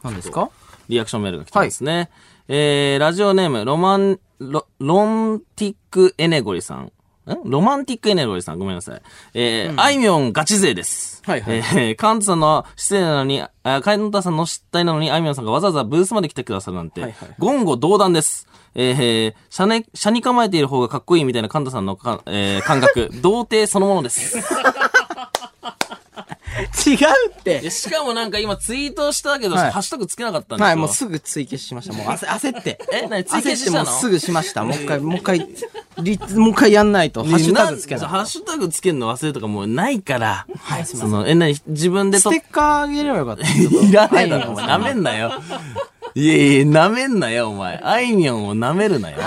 Speaker 2: 何ですか
Speaker 1: リアクションメールが来てますね。えー、ラジオネーム、ロマン、ロ、ロンティックエネゴリさん。んロマンティックエネゴリさん、ごめんなさい。えー、あいみょんガチ勢です。
Speaker 2: はいはい
Speaker 1: えー、カンタさんの失礼なのに、あ、カンタさんの失態なのに、あいみょんさんがわざわざブースまで来てくださるなんて、
Speaker 2: はいはい
Speaker 1: 言語道断です。えー、シャネ、シャに構えている方がかっこいいみたいなカンタさんのか、えー、感 覚、童貞そのものです。
Speaker 2: 違うって。
Speaker 1: えしかもなんか今ツイートしたけど、
Speaker 2: はい
Speaker 1: ハッシュタグつけなかったんですよ。
Speaker 2: はい、もうすぐ追消しました。もう焦焦 って。
Speaker 1: え何追
Speaker 2: 焦
Speaker 1: 加
Speaker 2: っ
Speaker 1: してた
Speaker 2: も
Speaker 1: の
Speaker 2: うすぐしました。もう一回、もう一回、リもう一回やんないと。ハッシュタグつけ
Speaker 1: な
Speaker 2: なんい
Speaker 1: ハッシュタグつけるの忘れとかもうないから。
Speaker 2: はいすいま
Speaker 1: そ
Speaker 2: せ
Speaker 1: の、え、なに、自分で
Speaker 2: ス
Speaker 1: と
Speaker 2: テッカーあげればよかった。
Speaker 1: いらねえ
Speaker 2: あい
Speaker 1: だ
Speaker 2: みょ
Speaker 1: ろ、
Speaker 2: ん
Speaker 1: お
Speaker 2: さ
Speaker 1: 前。
Speaker 2: ん
Speaker 1: なめんなよ。 いやいや、なめんなよ、お前。あいみょんをなめるなよ。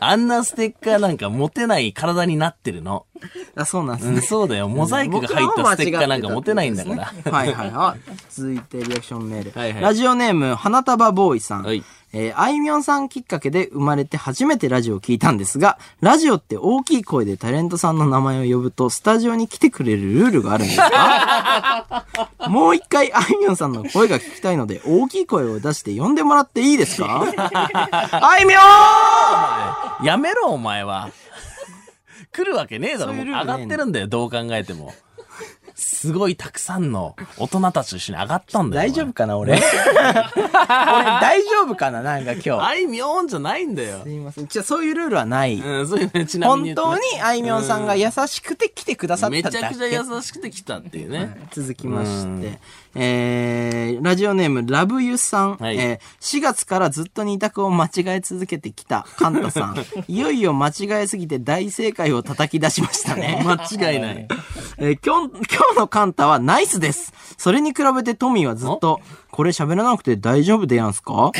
Speaker 1: あんなステッカーなんか持てない体になってるの。
Speaker 2: あ、そうなんです
Speaker 1: う
Speaker 2: ね
Speaker 1: ん、。そうだよ。モザイクが入ったステッカーなんか持てないんだから。
Speaker 2: はいはいはい。続いてリアクションメール。
Speaker 1: はいはい
Speaker 2: ラジオネーム、花束ボーイさん。
Speaker 1: はい
Speaker 2: えーあいみょんさんきっかけで生まれて初めてラジオを聞いたんですが、ラジオって大きい声でタレントさんの名前を呼ぶと、スタジオに来てくれるルールがあるんですか もう一回、あいみょんさんの声が聞きたいので、大きい声を出して呼んでもらっていいで すかあいみょーん
Speaker 1: やめろ、お前は。来るわけねえだろ。
Speaker 2: そう
Speaker 1: も
Speaker 2: いう
Speaker 1: う
Speaker 2: ル
Speaker 1: 上
Speaker 2: ール
Speaker 1: がってるんだよ、どう考えても。すごいたくさんの大人たちと一緒に上がったんだよ。
Speaker 5: 大丈夫かな、 俺。俺、大丈夫かな、なんか
Speaker 1: お
Speaker 5: 今日。
Speaker 1: 前あいみょんじゃないんだよ
Speaker 2: す。いません。じゃあそういうルールはない。
Speaker 1: うん、そういうね、ちなみに言
Speaker 5: 本当
Speaker 1: うとね。
Speaker 5: にあいみょんさんが優しくて来てくださった
Speaker 1: め
Speaker 5: だけ。
Speaker 1: ちゃくちゃ優しくて来たっていうね。
Speaker 2: 続きまして、えー、ラジオネーム、ラブユさん、
Speaker 1: はい
Speaker 2: えー、4月からずっと二択を間違え続けてきたカンタさ ん。いよいよ間違えすぎて大正解を叩き出しましたね。
Speaker 1: 間違いない。
Speaker 2: えー、今日、今日のカンタはナイスです。それに比べてトミーはずっと、これ喋らなくて大丈夫でやんすか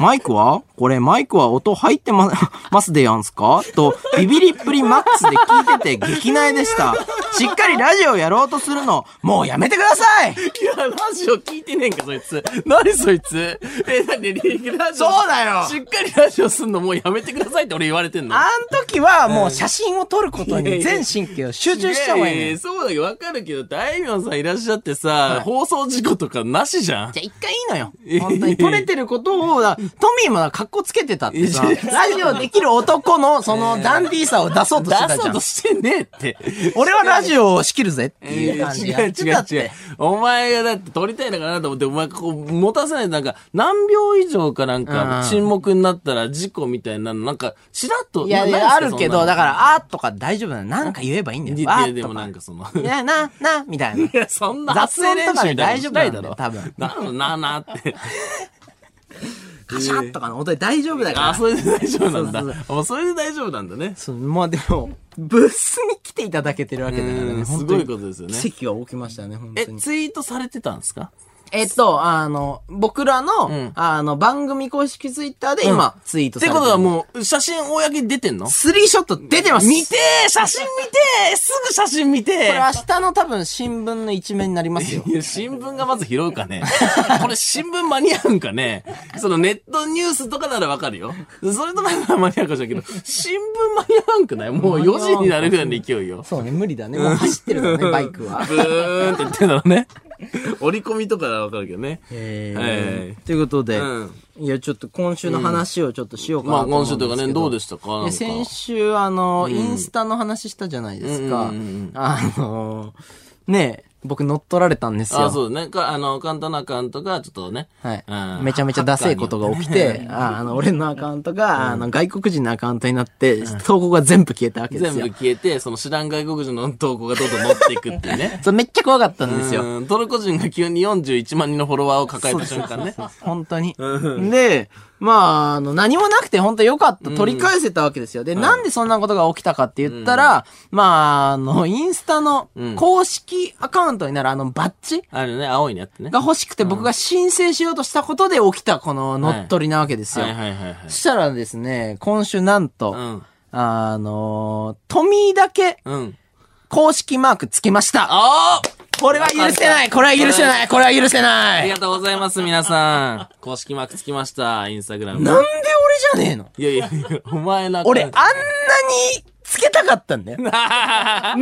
Speaker 2: マイクはこれマイクは音入ってま、 ますでやんすかと、ビビりっぷりマックスで聞いてて激内でした。しっかりラジオやろうとするの、もうやめてください
Speaker 1: いや、ラジオ聞いてねえんか、そいつ。何そいつ。え、なに、ラジオ。
Speaker 5: そうだよ
Speaker 1: しっかりラジオすんのもうやめてくださいって俺言われてんの。
Speaker 5: あん時はもう写真を撮ることに全神経を集中した方がいいの
Speaker 1: いやいや
Speaker 5: よ。
Speaker 1: そうだけど、わかるけど、大名さんいらっしゃってさ、放送事故とかなしじゃん。
Speaker 2: じゃあ一回いいのよ。本当に取れてることを、だトミーもな格好つけてたってさ、
Speaker 1: い
Speaker 2: ラ
Speaker 1: や
Speaker 2: ジ
Speaker 5: ラジオできる男のそのダンディーさを出そうと
Speaker 1: 出
Speaker 5: してた
Speaker 1: そ
Speaker 5: じゃ
Speaker 1: うんと。してねえって。
Speaker 5: 俺はラジオを仕切るぜって
Speaker 1: い
Speaker 5: いう
Speaker 1: や
Speaker 5: 感じ
Speaker 1: 違
Speaker 5: で
Speaker 1: う
Speaker 5: やって
Speaker 1: 違
Speaker 5: たっ
Speaker 1: う違う
Speaker 5: て。。
Speaker 1: お前がだって撮りたいのかなと思って、お前こう持たせないとなんか、何秒以上かなんか
Speaker 2: うん
Speaker 1: 沈黙になったら事故みたいなの、なんか、ちらっと。
Speaker 5: いや、い
Speaker 1: な
Speaker 5: やあるけど、だ
Speaker 1: ら。
Speaker 5: から、あーとか大丈夫なの。なんか言えばいいんだ
Speaker 1: い
Speaker 5: よ。あ
Speaker 1: や、
Speaker 5: ー
Speaker 1: で
Speaker 5: と
Speaker 1: もな
Speaker 5: か
Speaker 1: ん。かその。
Speaker 5: いや、な、な、みたいな。
Speaker 1: いや、そんな
Speaker 5: 雑音とかで大丈夫なんだよ
Speaker 1: 発声練習みたいなのしないだろな、な、なって。
Speaker 5: カシャッとかの音で大丈夫だか
Speaker 1: あ、
Speaker 5: ら。
Speaker 1: それで大丈夫なん
Speaker 2: そう
Speaker 1: だ。もうそれで大丈夫なんだね。
Speaker 5: そうまあでも、
Speaker 2: ブースに来ていただけてるわけだから
Speaker 1: う
Speaker 2: ね。
Speaker 1: んす
Speaker 2: 本
Speaker 1: ご
Speaker 2: 当
Speaker 1: い
Speaker 2: に
Speaker 1: ことですよね。
Speaker 2: 奇跡が起きましたね、本
Speaker 1: え、
Speaker 2: 当に。
Speaker 1: ツイートされてたんですか
Speaker 2: えっと、あの、僕らの、
Speaker 1: ん
Speaker 2: あの、番組公式ツイッターで今、ツイート
Speaker 1: っ
Speaker 2: さ
Speaker 1: て
Speaker 2: れ
Speaker 1: こ
Speaker 2: て
Speaker 1: と
Speaker 2: る
Speaker 1: はもう、写真公に出てんの
Speaker 2: スリーショット出てます
Speaker 1: 見てー写真見てーすぐ写真見て
Speaker 2: これ
Speaker 1: ー
Speaker 2: 明日の多分新聞の一面になりますよ。
Speaker 1: いや新聞がまず拾うかね。 これ新聞間に合うんかね。そのネットニュースとかならわかるよ。それとかなら間に合うかもしれないけど、新聞間に合うんくないもう4時になるぐらいの勢いよ。
Speaker 2: そうね、無理だね。もう走ってるからね、バイク は。
Speaker 1: ブーンって言ってんだろうね。折り込みとかならわかるけどね。
Speaker 2: え
Speaker 1: は
Speaker 2: ーということで、
Speaker 1: うん
Speaker 2: いや、ちょっと今週の話をちょっとしようかな
Speaker 1: ま
Speaker 2: と
Speaker 1: あ
Speaker 2: 思うん
Speaker 1: 今
Speaker 2: です
Speaker 1: 週
Speaker 2: けど。
Speaker 1: とかね、どうでしたかなん
Speaker 2: で
Speaker 1: か
Speaker 2: 先週、あの、インスタの話したじゃないですか。
Speaker 1: うんうんうん
Speaker 2: あの、ねえ、僕乗っ取られたんですよ。
Speaker 1: あ、そうね。か、あの、簡単なアカウントが、ちょっとね。
Speaker 2: はい、
Speaker 1: うん
Speaker 2: めちゃめちゃダセいことが起きて、ああの、俺のアカウントが、あの、外国人のアカウントになって、投稿が全部消えたわけで
Speaker 1: 全
Speaker 2: す
Speaker 1: 部
Speaker 2: よ。。
Speaker 1: 消えて、その知らん外国人の投稿がどんどん乗っていくっていうね
Speaker 2: そうめっちゃ怖かったんですよ。
Speaker 1: うんトルコ人が急に41万人のフォロワーを抱えた瞬間ね。
Speaker 2: 本当に。で、まあ、あの、何もなくて本当良かった。取り返せたわけですよ。で、なんでそんなことが起きたかって言ったら、まあ、あの、インスタの公式アカウントになるあのバッジ
Speaker 1: あるね、青いのやってね。
Speaker 2: が欲しくて僕が申請しようとしたことで起きたこの乗っ取りなわけですよ。
Speaker 1: はいはいはいはい
Speaker 2: そ。したらですね、今週なんと、
Speaker 1: うん。
Speaker 2: あの、トミーだけ
Speaker 1: うん。
Speaker 2: 公式マークつけました。
Speaker 1: あー
Speaker 2: これは許せないこれは許せないこれは許せ
Speaker 1: あ
Speaker 2: な
Speaker 1: り
Speaker 2: い
Speaker 1: がとうございます、皆さん。公式マークつきました、インスタグラム。
Speaker 2: なんで俺じゃねえの
Speaker 1: いやいやいや、お前な。
Speaker 2: 俺、あんなにつけたかったんだよ。乗っ取ら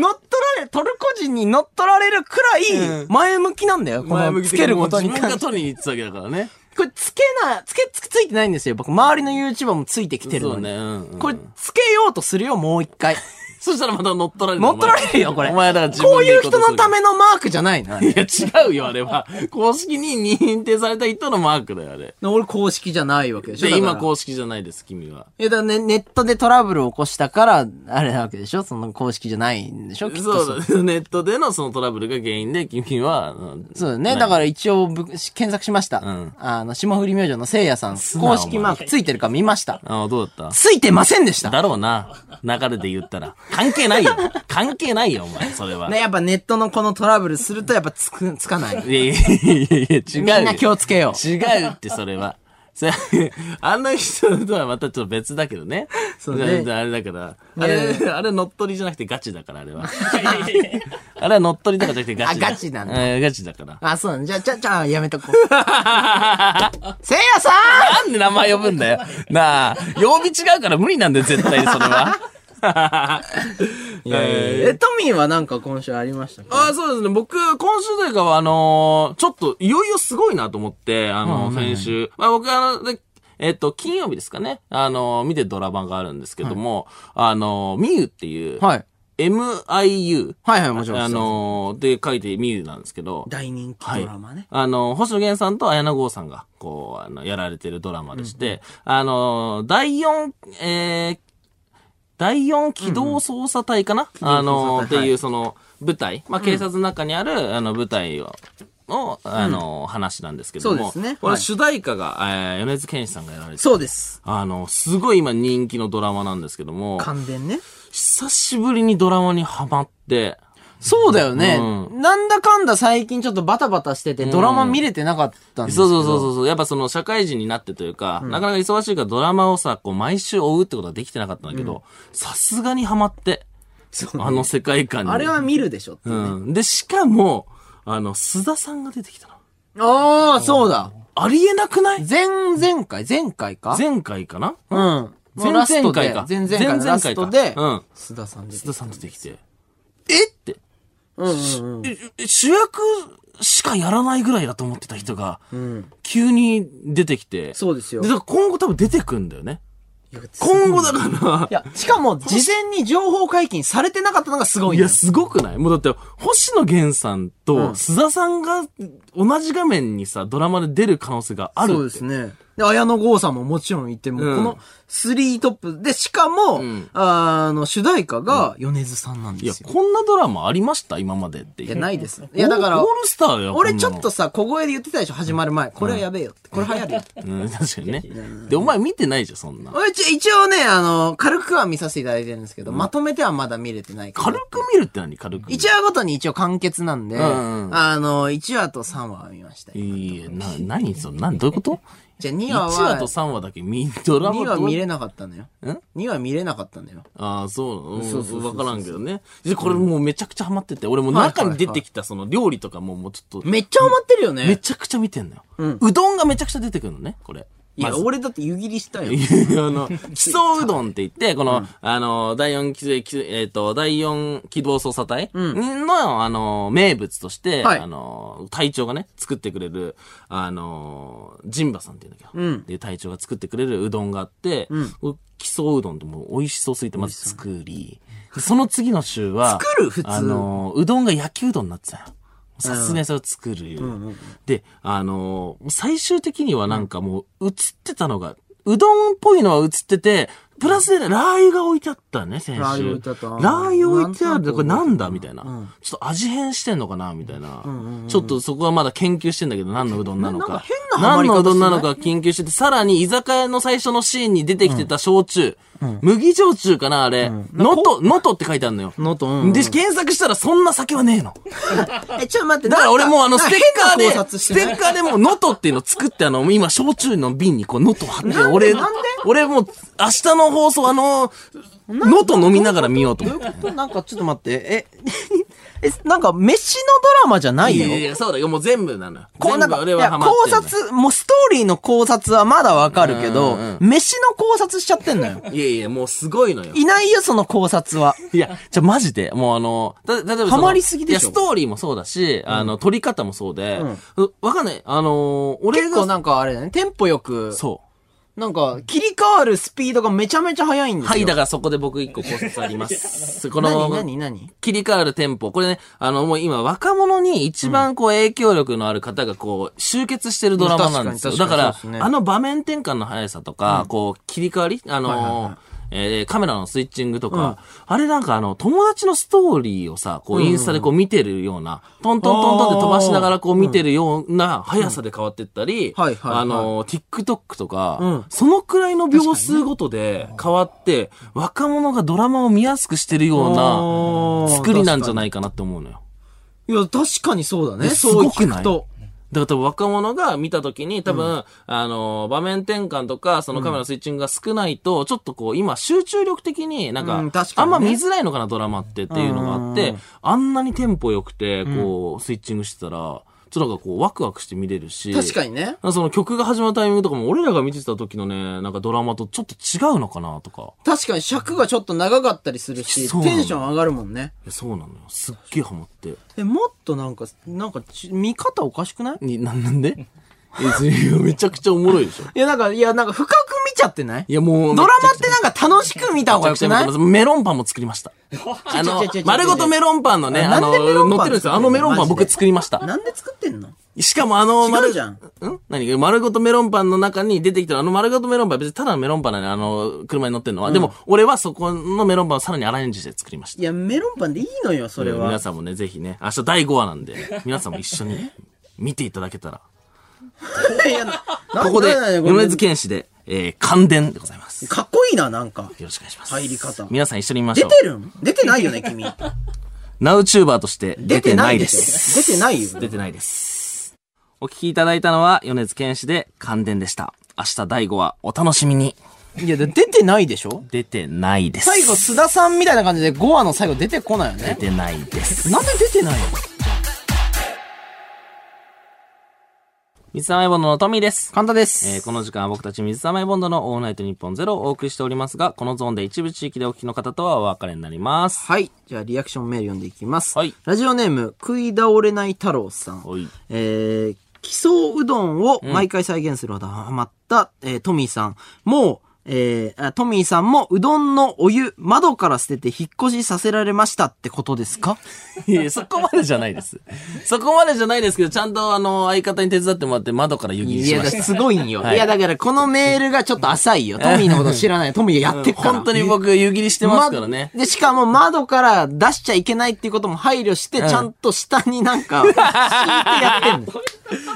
Speaker 2: れ、トルコ人に乗っ取られるくらい、前向きなんだよ。こ
Speaker 1: 前
Speaker 2: の
Speaker 1: 向き
Speaker 2: つけることに
Speaker 1: もう
Speaker 2: 関
Speaker 1: 自
Speaker 2: し
Speaker 1: 分
Speaker 2: て。
Speaker 1: が取りに行ってたわけだからね。
Speaker 2: これつけな、つけ、つついてないんですよ。僕、周りの YouTuber もついてきてる
Speaker 1: そ
Speaker 2: の
Speaker 1: うね、
Speaker 2: に。
Speaker 1: うん、うん。
Speaker 2: これ、つけようとするよ、もう一回。
Speaker 1: そしたらまた乗っ取られる。
Speaker 2: 乗っ取られるよ、これ。
Speaker 1: お前だから自分
Speaker 2: こう
Speaker 1: で
Speaker 2: い
Speaker 1: 行
Speaker 2: う
Speaker 1: こ
Speaker 2: 人
Speaker 1: とする
Speaker 2: のためのマークじゃないな。
Speaker 1: いや、違うよ、あれは。公式に認定された人のマークだよ、あれ。
Speaker 2: 俺、公式じゃないわけでしょ。
Speaker 1: で、今
Speaker 2: こう。
Speaker 1: 公式じゃないです、君は。
Speaker 2: いや、だからね、ネットでトラブルを起こしたから、あれなわけでしょその公式じゃないんでしょきっと
Speaker 1: そうだ、ネットでのそのトラブルが原因で、君は、うん
Speaker 2: そうだね。だから一応ぶ、検索しました。
Speaker 1: ん
Speaker 2: あの、霜降り明星の聖夜さん、
Speaker 1: な
Speaker 2: 公式マークついてるか見ました。
Speaker 1: ああ、どうだっ
Speaker 2: ついてませんでしたた。
Speaker 1: だろうな。流れで言ったら。関係ないよ。関係ないよ、お前、それは。
Speaker 2: ね、やっぱネットのこのトラブルす るとやっぱつく、つかない。
Speaker 1: いやいやいやいや、違うよ。
Speaker 2: みんな気をつけよう。
Speaker 1: 違うって、それは。それあんな人とはまたちょっと別だけどね。
Speaker 2: そうね
Speaker 1: じゃああれだから。あ
Speaker 2: いやいや
Speaker 1: れ、あれ乗っ取りじゃなくてガチだから、あれ は。あれは乗っ取りとかじゃなくてガチだ。
Speaker 2: あガチなんだ
Speaker 1: えーガチだから。
Speaker 2: あ、そうなんじゃ、じゃ、じゃあ、やめ とこう。せいやさん
Speaker 1: なんで名前呼ぶんだよ。なあ、曜日違うから無理なんだよ、絶対にそれ は。
Speaker 2: えー、トミーはなんか今週ありましたか
Speaker 1: あーそうですね。僕、今週というかは、あのーちょっと、いよいよすごいなと思って、あのー先週。まあ、僕、あの、でえっと、金曜日ですかね。あのー見てるドラマがあるんですけども、あのーミユっていう、
Speaker 2: はい。
Speaker 1: MIU。
Speaker 2: はいはい、もちろん。
Speaker 1: あ、のーで書いてミユなんですけど、
Speaker 2: 大人気ドラマね。
Speaker 1: あの、星野源さんと綾野剛さんが、こう、あの、やられてるドラマでして、あの、第4、えー、第4機動捜査隊かな、あの、っていう、その、舞台、まあ、警察の中にある、あの、舞台を、の、あの、話なんですけども、
Speaker 2: そうですね
Speaker 1: こ
Speaker 2: は
Speaker 1: れ
Speaker 2: い
Speaker 1: 主題歌が、えー、米津玄師さんがやられて
Speaker 2: そうです。
Speaker 1: あの、すごい今人気のドラマなんですけども、
Speaker 2: 感電ね。
Speaker 1: 久しぶりにドラマにハマって、
Speaker 2: そうだよね、
Speaker 1: う
Speaker 2: なんだかんだ最近ちょっとバタバタしてて、ドラマ見れてなかったんですけ
Speaker 1: そ
Speaker 2: ど。
Speaker 1: うそうそうそうそう。やっぱその社会人になってというか、なかなか忙しいからドラマをさ、こう毎週追うってことはできてなかったんだけど、さすがにハマって、あの世界観に。
Speaker 2: あれは見るでしょっていう
Speaker 1: う
Speaker 2: ね。
Speaker 1: ん。で、しかも、あの、須田さんが出てきたの。
Speaker 2: ああ、そうだ。
Speaker 1: ありえなくない
Speaker 2: 前、前回前回か
Speaker 1: 前回かな
Speaker 2: うん。
Speaker 1: 前
Speaker 2: ラスト
Speaker 1: 々回
Speaker 2: で
Speaker 1: か。
Speaker 2: 前々回のラストで、
Speaker 1: うん。
Speaker 2: 須田さんで。
Speaker 1: 須田さん出てきて、えって、
Speaker 2: うんうんうん。
Speaker 1: ええ主役しかやらないぐらいだと思ってた人が、
Speaker 2: ん
Speaker 1: 急に出てきて、
Speaker 2: そうですよ
Speaker 1: だから今後多分出てくんだよね。
Speaker 2: いや
Speaker 1: 今後だから、
Speaker 2: いや、しかも、事前に情報解禁されてなかったのがすごい
Speaker 1: い
Speaker 2: ん
Speaker 1: や、
Speaker 2: だよ。
Speaker 1: すごくないもうだって、星野源さんと須田さんが同じ画面にさ、ドラマで出る可能性があるって。
Speaker 2: そうですね。で、綾野剛さんももちろんいて、もううんこの3トップで、しかも、
Speaker 1: ん
Speaker 2: あの、主題歌が米津さんなん
Speaker 1: い
Speaker 2: で
Speaker 1: や
Speaker 2: す、よ。
Speaker 1: こんなドラマありました今までっていう。
Speaker 2: いや、ないです。
Speaker 1: オー。
Speaker 2: いや、だから
Speaker 1: オー、ルスターだよ。
Speaker 2: 俺
Speaker 1: こん
Speaker 2: ち
Speaker 1: な
Speaker 2: ょ
Speaker 1: の
Speaker 2: っとさ、小声で言ってたでしょ、始まる前。これはやべえよって。これ流行るよって。
Speaker 1: うん、確かにね。で、お前見てないじゃん、そんな。
Speaker 2: 俺ち一応ね、あの、軽くは見させていただいてるんですけど、まとめてはまだ見れてないから
Speaker 1: 軽く見るって何軽く見る。
Speaker 2: 一話ごとに一応完結なんで、
Speaker 1: んうん
Speaker 2: あの、1話と3話は見ましたよ。
Speaker 1: いや、な、何その、何、どういうこと
Speaker 2: じゃあ2
Speaker 1: ?1
Speaker 2: 話
Speaker 1: 話
Speaker 2: は、
Speaker 1: と3話だけ見、ドラマ
Speaker 2: 2
Speaker 1: と
Speaker 2: 話見れなかったのよ。
Speaker 1: ん
Speaker 2: ?2 話見れなかったのよ。
Speaker 1: ああ、そうなの
Speaker 2: そ
Speaker 1: そうう
Speaker 2: そ
Speaker 1: そう
Speaker 2: そう
Speaker 1: う
Speaker 2: そう
Speaker 1: わからんけどね。で、これもうめちゃくちゃハマってて、俺もう
Speaker 2: はいはいはい
Speaker 1: 中に出てきたその料理とかももうちょっと、
Speaker 2: めっちゃハマってるよね。
Speaker 1: めちゃくちゃ見てんのよ。うどんがめちゃくちゃ出てくるのね、これ。
Speaker 2: いや、
Speaker 1: まず
Speaker 2: 俺だって湯切りした よ。
Speaker 1: いやあ の、基礎うどんって言って、この、あの、第四機動、機動えっ、と、第四機動捜査隊の、あの、名物として、
Speaker 2: はい
Speaker 1: あの、隊長がね、作ってくれる、あの、ジンバさんって言うんだけど、
Speaker 2: うん
Speaker 1: っていう隊長が作ってくれるうどんがあって、基礎うどんってもう美味しそうすぎて、まず作り、その次の週は、
Speaker 2: 作る普通
Speaker 1: あの、うどんが焼きうどんになってたよ。さすがにそれを作るよ。で、あのー最終的にはなんかもう映ってたのが、うどんっぽいのは映ってて、プラスでねラー油が置いてあったね、先週。
Speaker 2: ラー油置いてあった
Speaker 1: ラー油置いてある。これなんだみたいな、
Speaker 2: うん
Speaker 1: ちょっと味変してんのかなみたいな、ちょっとそこはまだ研究してんだけど、何のうどんなのか。
Speaker 2: ななんか変なハマり
Speaker 1: 何
Speaker 2: 方
Speaker 1: のう
Speaker 2: してない
Speaker 1: どんなのか研究してて、さらに居酒屋の最初のシーンに出てきてた焼酎。麦焼酎かなあれ。能登、能登って書いてあるのよ。
Speaker 2: のと、うんうん
Speaker 1: で、検索したらそんな酒はねえの。
Speaker 2: え、ちょっと待って。
Speaker 1: だから俺もうあの
Speaker 2: なん
Speaker 1: ス
Speaker 2: か
Speaker 1: テッカー
Speaker 2: 変な考
Speaker 1: で、
Speaker 2: 察し
Speaker 1: ス
Speaker 2: てな
Speaker 1: テ
Speaker 2: い
Speaker 1: ッカーでもうノトっていうの作ってあの、今焼酎の瓶にこうノト貼って、俺、俺もう明日の放送あの、ノト飲みながら見ようと思って。
Speaker 2: ちょっとなんかちょっと待って。 え、え、なんか飯のドラマじゃないい
Speaker 1: や
Speaker 2: よ。
Speaker 1: いやいや、そうだよ。もう全部なのよ。
Speaker 2: こうな
Speaker 1: 全
Speaker 2: ん
Speaker 1: 部
Speaker 2: か、い
Speaker 1: 俺は
Speaker 2: や
Speaker 1: ハマっ
Speaker 2: 考
Speaker 1: てんだよ
Speaker 2: 察、もうストーリーの考察はまだわかるけど
Speaker 1: うんうん、
Speaker 2: 飯の考察しちゃってんのよ。
Speaker 1: いやいや、もうすごいのよ。
Speaker 2: いないよ、その考察は。
Speaker 1: いや、じゃ、マジで、もうあの、た、例えばその
Speaker 2: ハマりすぎでしょ
Speaker 1: いや、ストーリーもそうだし、あの、撮り方もそうで、うわかんない。あのー、俺
Speaker 2: 結構
Speaker 1: が、
Speaker 2: なんかあれだね、テンポよく、
Speaker 1: そう。
Speaker 2: なんか切り替わるスピードがめちゃめちゃ速いんですよ。
Speaker 1: はい、だからそこで僕一個考察あり ます。この、
Speaker 2: 何何何
Speaker 1: 切り替わる店舗。これね、あの、もう今、若者に一番こう、影響力のある方がこう、集結してるドラマなんですよ。
Speaker 2: 確
Speaker 1: だ
Speaker 2: か
Speaker 1: から
Speaker 2: に確かにそうですね、
Speaker 1: あの場面転換の速さとか、こう、切り替わりあのー、えーカメラのスイッチングとか、あれなんかあの、友達のストーリーをさ、こう、インスタでこう見てるような、トントントントンって飛ばしながらこう見てるような速さで変わってったり、
Speaker 2: うんはいはいはい
Speaker 1: あのー、TikTok とか、
Speaker 2: うん
Speaker 1: そのくらいの秒数ごとで変わって、若者がドラマを見やすくしてるような、作りなんじゃないいかなって思うのよ。
Speaker 2: いや、確かにそうだね。
Speaker 1: え
Speaker 2: そう
Speaker 1: すごく
Speaker 2: 聞
Speaker 1: ない
Speaker 2: くと。
Speaker 1: だから多分若者が見た時に多分、あの、場面転換とか、そのカメラのスイッチングが少ないと、ちょっとこう、今集中力的になんか、
Speaker 2: うん確か
Speaker 1: あん
Speaker 2: にね
Speaker 1: ま見づらいのかな、ドラマってっていうのがあって、あんなにテンポ良くて、こう、スイッチングしてたら、ちょっとなんかこう、ワクワクして見れるし。
Speaker 2: 確かにね。
Speaker 1: その曲が始まるタイミングとかも、俺らが見てた時のね、なんかドラマとちょっと違うのかなとか。
Speaker 2: 確かに尺がちょっと長かったりするし、
Speaker 1: そう
Speaker 2: テンション上がるもんね。
Speaker 1: いやそうなのよ。すっげえハマって。
Speaker 2: え、もっとなんか、なんかち、見方おかしくない
Speaker 1: に、な、なんで えそれめちゃくちゃおもろいでしょ。
Speaker 2: いや、なんか、いや、なんか深く見ちゃってない
Speaker 1: いやもう、
Speaker 2: ドラマってなんか楽しく見た方がよくない
Speaker 1: メロンパンも作り ました。あの
Speaker 2: ちょちょちょちょちょ、
Speaker 1: 丸ごとメロンパンのね、
Speaker 2: な
Speaker 1: あ
Speaker 2: ん
Speaker 1: の、
Speaker 2: でメロン
Speaker 1: 乗
Speaker 2: パン
Speaker 1: ってるんですよ。あのメロンパン僕作りました。
Speaker 2: なんで作ってんの
Speaker 1: しかもあの、
Speaker 2: 違うじゃん。
Speaker 1: ん何が丸ごとメロンパンの中に出てきたあの丸ごとメロンパンは別にただのメロンパンなのよあの、車に乗ってるのは。でも、俺はそこのメロンパンをさらにアレンジして作りました
Speaker 2: い。や、メロンパンでいいのよ、それ
Speaker 1: 皆
Speaker 2: は。
Speaker 1: さんもね、ぜひね、明日第5話なん で、皆さんも一緒に見ていただけたら。
Speaker 2: いやな
Speaker 1: ここで、
Speaker 2: なんなんなん
Speaker 1: 米津玄師で、えー、感電でございます。よ
Speaker 2: かっこいいな、なんか。
Speaker 1: ろしくお願いします。
Speaker 2: 入り方
Speaker 1: 皆さん一緒に見まし
Speaker 2: 出
Speaker 1: ょう。
Speaker 2: てるん出てないよね、君。
Speaker 1: ナウチューバーとして
Speaker 2: 出
Speaker 1: 出
Speaker 2: て
Speaker 1: て
Speaker 2: な
Speaker 1: ないい
Speaker 2: で
Speaker 1: で
Speaker 2: し
Speaker 1: す。
Speaker 2: ょ。出てないよ。
Speaker 1: 出てないです。お聞きいただいたのは、米津玄師で感電でした。明日第5話、お楽しみに。
Speaker 5: いや、で出てないでしょ
Speaker 1: 出てないです。
Speaker 5: 最後、須田さんみたいな感じで5話の最後出てこないよ
Speaker 1: 出
Speaker 5: ね。
Speaker 1: てないです。
Speaker 5: なんで出てないの
Speaker 1: 水溜りボンドのトミーです。
Speaker 5: 簡単です。
Speaker 1: えーこの時間は僕たち水溜りボンドのオールナイトニッポンゼロをお送りしておりますが、このゾーンで一部地域でお聞きの方とはお別れになります。
Speaker 2: はい。じゃあ、リアクションメール読んでいきます。
Speaker 1: はい
Speaker 2: ラジオネーム、食い倒れない太郎さん。
Speaker 1: はい
Speaker 2: えー、基礎うどんを毎回再現するほどハマった、えートミーさん。もう、えーあトミーさんもうどんのお湯、窓から捨てて引っ越しさせられましたってことですか
Speaker 1: いや、そこまでじゃないです。そこまでじゃないですけど、ちゃんとあの、相方に手伝ってもらって窓から湯切り
Speaker 2: い
Speaker 1: し
Speaker 2: や、
Speaker 1: ま
Speaker 2: だ
Speaker 1: し
Speaker 2: から
Speaker 1: た。
Speaker 2: すごいんよ。
Speaker 1: はい
Speaker 2: い、や、だからこのメールがちょっと浅いよ。トミーのこと知らない。トミーやってっから。
Speaker 1: 本当に僕湯切りしてますからね。
Speaker 2: まで、しかも窓から出しちゃいけないっていうことも配慮して、
Speaker 1: ん
Speaker 2: ちゃんと下にな んか、敷いてやってんの。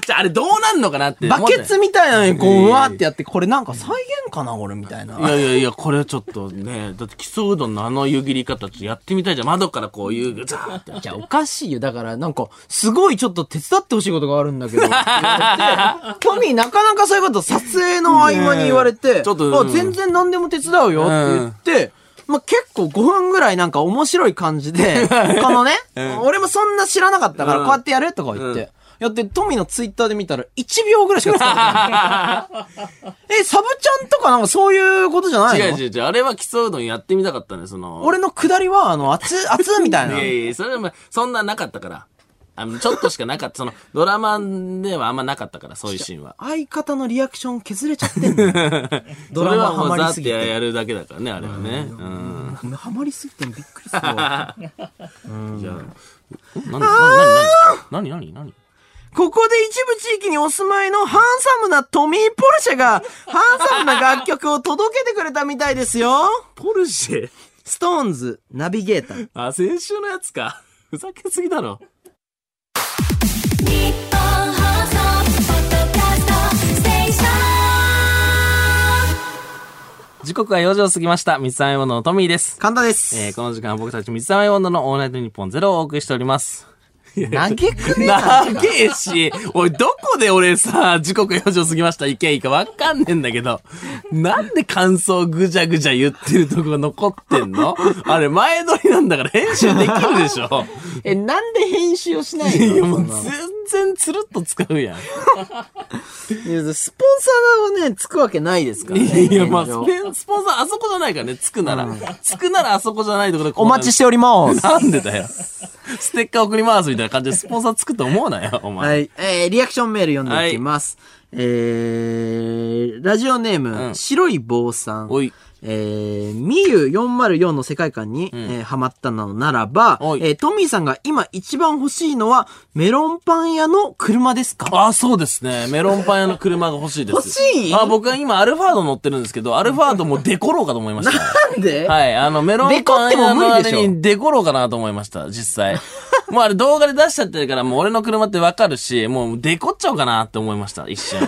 Speaker 1: じゃあ、あれどうなんのかなって思
Speaker 5: バ
Speaker 1: って
Speaker 5: ケツみたいなのにこう、うわーってやって、これなんか再現かな俺みたいな。
Speaker 1: いやいやいや、これちょっとね、だって基礎うどんのあの湯切り方ちょっとやってみたいじゃん。窓からこう湯、ザー って。
Speaker 2: じゃあおかしいよ。だからなんか、すごいちょっと手伝ってほしいことがあるんだ けど。って言われてトミーなかなかそういうこと撮影の合間に言われて、
Speaker 1: ちょっとうん
Speaker 2: あ全然何でも手伝うよって言って、まあ、結構5分ぐらいなんか面白い感じ で、他のね、俺もそんな知らなかったから、
Speaker 1: うん
Speaker 2: こうやってやるとか言って、やって、トミーのツイッターで見たら1秒ぐらいしか使わなかった。え、サブちゃんとかなんかそういうことじゃないの
Speaker 1: 違う違う違う。あれは基礎うどんやってみたかったね、その。
Speaker 2: 俺の下りは、あの、熱、熱みたい
Speaker 1: い
Speaker 2: な。
Speaker 1: やいやいや、それも、そんななかったから。あの、ちょっとしかなかった。その、ドラマではあんまなかったから、そういうシーンは。
Speaker 2: 相方のリアクション削れちゃって んのドラマハ
Speaker 1: それはも
Speaker 2: マりすぎ
Speaker 1: うザーって
Speaker 2: て。
Speaker 1: やるだけだからね、あれはね。うん。
Speaker 2: ハマりすぎてびっくりするわ。
Speaker 1: じゃあ、ん何何何何何何
Speaker 2: ここで一部地域にお住まいのハンサムなトミー・ポルシェが、ハンサムな楽曲を届けてくれたみたいですよ。
Speaker 1: ポルシェ
Speaker 2: ストーンズナビゲーター。
Speaker 1: あ、先週のやつか。ふざけすぎだろ。
Speaker 3: 日本放送ポッドキャストステーション
Speaker 1: 時刻は4時を過ぎました。三つ編み女のトミーです。
Speaker 2: 簡単です。
Speaker 1: えー、この時間は僕たち三つ編み女のオールナイトニッポンゼロをお送りしております。
Speaker 2: 投げくれた
Speaker 1: 長えし、おい、どこで俺さ、時刻4時を過ぎました、いけいいかわかんねえんだけど、なんで感想ぐじゃぐじゃ言ってるとこが残ってんのあれ、前撮りなんだから編集できるでしょ
Speaker 2: え、なんで編集をしない
Speaker 1: いや、も
Speaker 2: の
Speaker 1: う全然つるっと使うやん。
Speaker 2: いやスポンサーをね、つくわけないですからね。
Speaker 1: いや、まあ、
Speaker 2: 現
Speaker 1: ス
Speaker 2: 状
Speaker 1: ペン、スポンサーあそこじゃないからね、つくなら。つくならあそこじゃないところで
Speaker 2: お待ちしてております。
Speaker 1: なんでだよ。ステッカー送りますみたいな感じでスポンサーつくと思うなよ、お前。
Speaker 2: はい。えー、リアクションメール読んでいきます。えー、ラジオネーム、
Speaker 1: ん
Speaker 2: 白い坊さん。
Speaker 1: おい。
Speaker 2: えー、みゆ404の世界観に、えーハマったのならば、え
Speaker 1: おい
Speaker 2: ー、トミーさんが今一番欲しいのは、メロンパン屋の車ですか
Speaker 1: あ、そうですね。メロンパン屋の車が欲しいです。
Speaker 2: 欲しい
Speaker 1: あ、僕は今アルファード乗ってるんですけど、アルファードもデコろうかと思いました。
Speaker 2: なんで、
Speaker 1: はい、あの、メロンパン
Speaker 2: デコっても
Speaker 1: 屋
Speaker 2: 無
Speaker 1: の
Speaker 2: 理
Speaker 1: あ
Speaker 2: でし
Speaker 1: れ
Speaker 2: ょ
Speaker 1: にデコろうかなと思いました、実際。もうあれ動画で出しちゃってるから、もう俺の車ってわかるし、もうデコっちゃおうかなって思いました、一 瞬。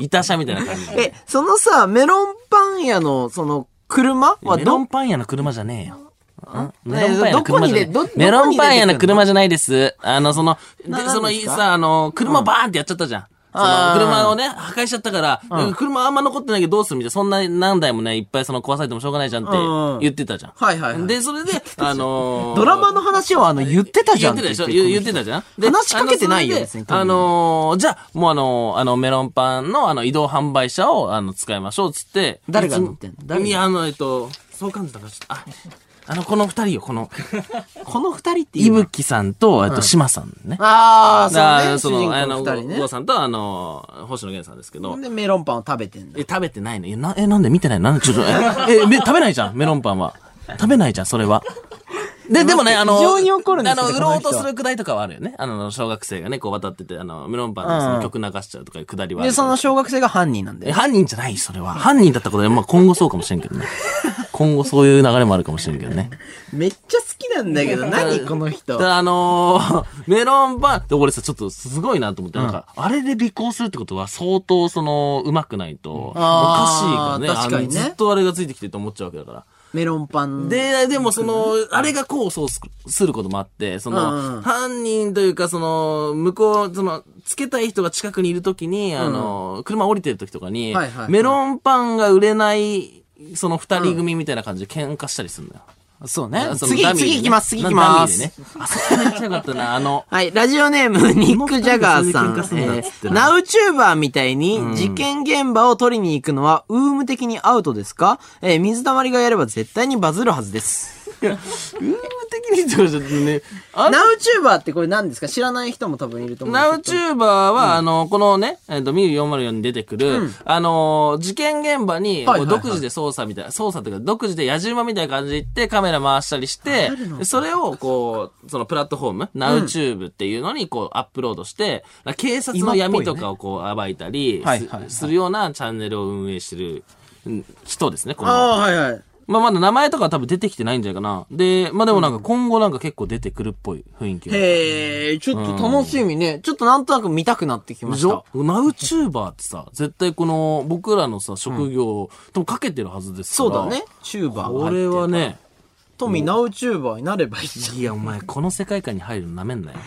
Speaker 1: いた車みたいな感じで。
Speaker 2: え、そのさ、メロンパン屋の、その、車は
Speaker 1: メロ
Speaker 2: ど
Speaker 1: ン、パン屋の車じゃねえよ。メロンパン屋の車じゃない
Speaker 2: ねどこにでど
Speaker 1: メロンパン屋
Speaker 2: どこに出てくるの
Speaker 1: の車じゃないです。あの、その、で
Speaker 2: な
Speaker 1: その
Speaker 2: なんですか
Speaker 1: さ、あの、車バーンってやっちゃったじゃん。その
Speaker 2: あー
Speaker 1: 車をね、破壊しちゃったから、車あんま残ってないけどどうするみたいな、そんな何台もね、いっぱいその壊されてもしょうがないじゃんって
Speaker 2: うんうん
Speaker 1: 言ってたじゃん。
Speaker 2: はいはいはい
Speaker 1: で、それで、あのー
Speaker 2: ドラマの話をあの、言ってたじ
Speaker 1: 言
Speaker 2: ゃ
Speaker 1: っ
Speaker 2: ん
Speaker 1: て
Speaker 2: っ
Speaker 1: で
Speaker 2: たて
Speaker 1: しょ
Speaker 2: 言
Speaker 1: 言言っ
Speaker 2: って
Speaker 1: てたじゃんで
Speaker 2: 話しかけてないよ
Speaker 1: あの
Speaker 2: 別
Speaker 1: それ
Speaker 2: に
Speaker 1: であのー、じゃあ、もうあのー、あの、メロンパンのあの、移動販売車を、あの、使いましょう、つって。
Speaker 2: 誰が乗ってんの誰が
Speaker 1: いや、あの、えっと、そう感じたから、ちょっと、あ、あの、この二人よ、この、
Speaker 2: この二人って
Speaker 1: い
Speaker 2: 今
Speaker 1: ぶきさんと、えっと、島さんね。
Speaker 2: あ
Speaker 1: だから
Speaker 2: あ、そうね。主人
Speaker 1: あ
Speaker 2: 公
Speaker 1: の、
Speaker 2: の
Speaker 1: ご
Speaker 2: 二人ね
Speaker 1: ご。さんと、あのー、星野源さんですけど
Speaker 2: ほん。で、メロンパンを食べてんだ
Speaker 1: え、。食べてないのえ、な、え、なんで見てないのなんでちょっと、え、えめ食べないじゃん、メロンパンは。食べないじゃん、それは。で、でもね、あの、
Speaker 5: 非常に怒るんですよ
Speaker 1: あの、
Speaker 5: こ
Speaker 1: 売
Speaker 5: の
Speaker 1: ろう
Speaker 5: 人は
Speaker 1: とするくだりとかはあるよね。あの、小学生がね、こう渡ってて、あの、メロンパンのその曲流しちゃうとかいうくだりはある
Speaker 2: で、
Speaker 1: けど
Speaker 2: その小学生が犯人なんだ
Speaker 1: え
Speaker 2: よ。
Speaker 1: 犯人じゃない、それは。犯人だったことで、まあ今後そうかもしれんけどね。今後そういう流れもあるかもしれんけどね。
Speaker 2: めっちゃ好きなんだけ ど、何この
Speaker 1: だ
Speaker 2: 人
Speaker 1: からあのー メロンパンって俺さ、ちょっとすごいなと思って、なんか、あれで尾行するってことは相当その、うまくないと、おか
Speaker 2: あー
Speaker 1: しいからね。
Speaker 2: 確かにね
Speaker 1: あのずっとあれがついてきてると思っちゃうわけだから。
Speaker 2: メロンパン。
Speaker 1: で、でもその、あれが功を奏すすることもあって、そ
Speaker 2: うんう
Speaker 1: の、
Speaker 2: ん
Speaker 1: 犯人というか、その、向こう、その、つけたい人が近くにいるときに、あの、車降りてるときとかに
Speaker 2: はいはいは、い
Speaker 1: メロンパンが売れない、その二人組みたいな感じで喧嘩したりするんだよ。
Speaker 2: そう
Speaker 1: ね
Speaker 2: ね。
Speaker 1: その
Speaker 2: 次、
Speaker 1: ダミーでね
Speaker 2: 次行きます、次行きます。
Speaker 1: ダミーでね。あそこめっちゃよかったな、あの、
Speaker 2: はい、ラジオネーム、ニック・ジャガーさん
Speaker 1: この。二人で喧嘩するんだっつって
Speaker 2: えー
Speaker 1: な
Speaker 2: ナウチューバーみたいに、事件現場を取りに行くのは、ウーム的にアウトですかえー水溜りがやれば絶対にバズるはずです。
Speaker 1: 的にとかじゃね、あれ
Speaker 2: ナウチューバーってこれ何ですか知らない人も多分いると思う。
Speaker 1: ナウチューバーは、あの、このね、えっと、ミル404に出てくる、あのー、事件現場に、
Speaker 2: はいはいは
Speaker 1: こ
Speaker 2: い
Speaker 1: う独自で操作みたいな、操作というか、独自で野じ馬みたいな感じで行ってカメラ回したりして、それを、こう、そのプラットフォーム、ナウチューブっていうのに、こう、アップロードして、警察の闇とかをこう、暴いたり
Speaker 5: はいはいはい
Speaker 1: す、するようなチャンネルを運営してるうん人ですね、この。
Speaker 2: ああ、はいはい。
Speaker 1: まあ、まだ名前とかは多分出てきてないんじゃないかな。で、まあでもなんか今後なんか結構出てくるっぽい雰囲気が。
Speaker 2: へえ、ちょっと楽しみね。ちょっとなんとなく見たくなってきま
Speaker 1: で
Speaker 2: し
Speaker 1: しょ
Speaker 2: た。
Speaker 1: ナウチューバーってさ、絶対この僕らのさ、職業、ともかけてるはずですか
Speaker 2: そ
Speaker 1: ら。
Speaker 2: うだね。。チューバーが入って
Speaker 1: これは。ね、
Speaker 2: 富ナウチューバーになればいいじゃん。
Speaker 1: いやお前この世界観に入るのなめんなよ。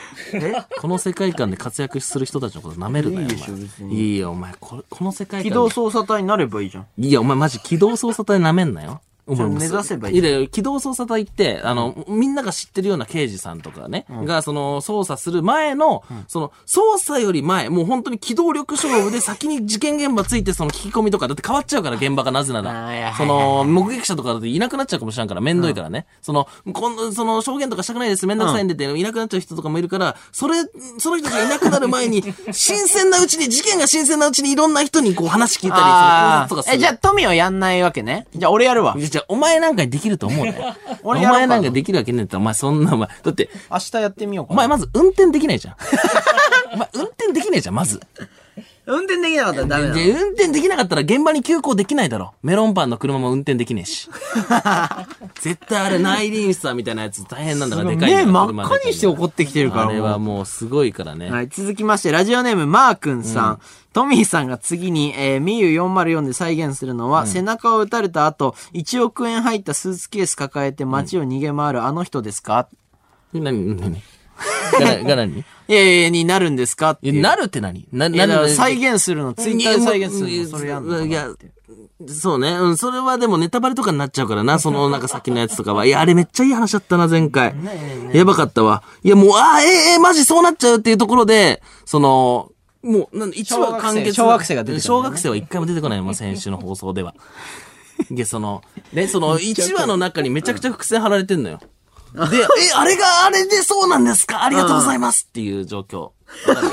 Speaker 1: この世界観で活躍する人たちのことなめるなよ。
Speaker 2: いいでしょ
Speaker 1: お
Speaker 2: 別
Speaker 1: 前
Speaker 2: に
Speaker 1: いやお前これ、この世界
Speaker 2: 機
Speaker 1: 観
Speaker 2: 動捜査隊になればいいじゃん。
Speaker 1: いやお前マジ機動捜査隊なめんなよ。お前
Speaker 2: じゃあ目指せばいい
Speaker 1: いやいや、機動捜査隊って、あの、みんなが知ってるような刑事さんとかね、が、その、捜査する前の、その、捜査より前、もう本当に機動力勝負で先に事件現場ついて、その聞き込みとか、だって変わっちゃうから、現場がなぜな
Speaker 2: あーいや
Speaker 1: ら。その、目撃者とかだっていなくなっちゃうかもしれんから、めんどいからね。その、こんその、証言とかしたくないです、めんどくさいんでって、いなくなっちゃう人とかもいるから、それ、その人がいなくなる前 に、新鮮なうちに、事件が新鮮なうちにいろんな人にこう話聞いたり、その考察とかする。
Speaker 2: え、じゃあ富はやんないわけね。じゃあ俺やるわ
Speaker 1: い。やじゃあお前なんかできると思うね。お
Speaker 2: 俺やろうか
Speaker 1: 前
Speaker 2: な
Speaker 1: なんかできるわけねえって、お前そんなお前。だって、
Speaker 2: 明日やってみようか
Speaker 1: お前まず運転できない じゃん。お前運転できないじゃん、まず。
Speaker 2: 運転できなかったらダメだ。
Speaker 1: で、運転できなかったら現場に急行できないだろ。メロンパンの車も運転できねえ し。絶対あれ内輪差みたいなやつ大変なんだから、でかい
Speaker 2: 目
Speaker 1: んだ
Speaker 2: 真
Speaker 1: から
Speaker 2: っ赤にして怒ってきてるから。
Speaker 1: あれは
Speaker 2: も
Speaker 1: もうすごいから
Speaker 2: う
Speaker 1: ね。
Speaker 2: はい、続きまして、ラジオネーム、マー君さん。トミーさんが次に、えー、ミユ404で再現するのは、背中を撃たれた後、1億円入ったスーツケース抱えて街を逃げ回るあの人ですか、
Speaker 1: 何、何がが何
Speaker 2: いやいやいやになるんですかって
Speaker 1: え
Speaker 2: いう。
Speaker 1: なるって何な、
Speaker 2: いやだから
Speaker 1: 何
Speaker 2: 再現するの、ツイッターで再現する
Speaker 1: いや
Speaker 2: の、それやんのか
Speaker 1: い
Speaker 2: な
Speaker 1: や、そうね。うん、それはでもネタバレとかになっちゃうから な、そのなんか先のやつとかは。いや、あれめっちゃいい話だったな、前回。やばかったわ。いや、もう、あーえーえーマジそうなっちゃうっていうところで、その、もう、なん一話完結。
Speaker 2: 小学生小学生が出てくる
Speaker 1: 小学生は一回も出てこないもん、先週の放送で は。で、その、ね、その、一話の中にめちゃくちゃ伏線張られてんの よ。で、え、あれがあれでそうなんですかありがとうございますっていう状況。わかる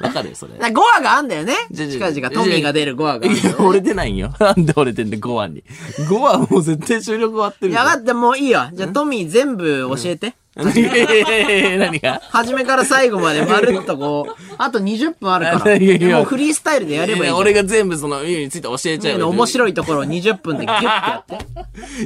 Speaker 1: わかるよ、それ。
Speaker 2: だからゴアがあんだよね。
Speaker 1: じゃ
Speaker 2: 近
Speaker 1: じゃ
Speaker 2: 々トミーが出るゴアがある。
Speaker 1: いや、俺出ないんよ。 なんで俺出んねん、5話に。5話もう絶対収録終わってる
Speaker 2: い
Speaker 1: じゃ
Speaker 2: や
Speaker 1: ん。
Speaker 2: がってもういいわ。じゃあトミー全部教えて。
Speaker 1: いやいやいやいや 何が
Speaker 2: 初めから最後までまるっとこ う、あと20分あるか
Speaker 1: いや
Speaker 2: ら、
Speaker 1: いやいや
Speaker 2: もうフリースタイルでやればいい
Speaker 1: い
Speaker 2: じゃ
Speaker 1: や
Speaker 2: ん。
Speaker 1: 俺が全部その、ミュウについて教えちゃえばいい。
Speaker 2: 面白いところを20分でギュッてや って。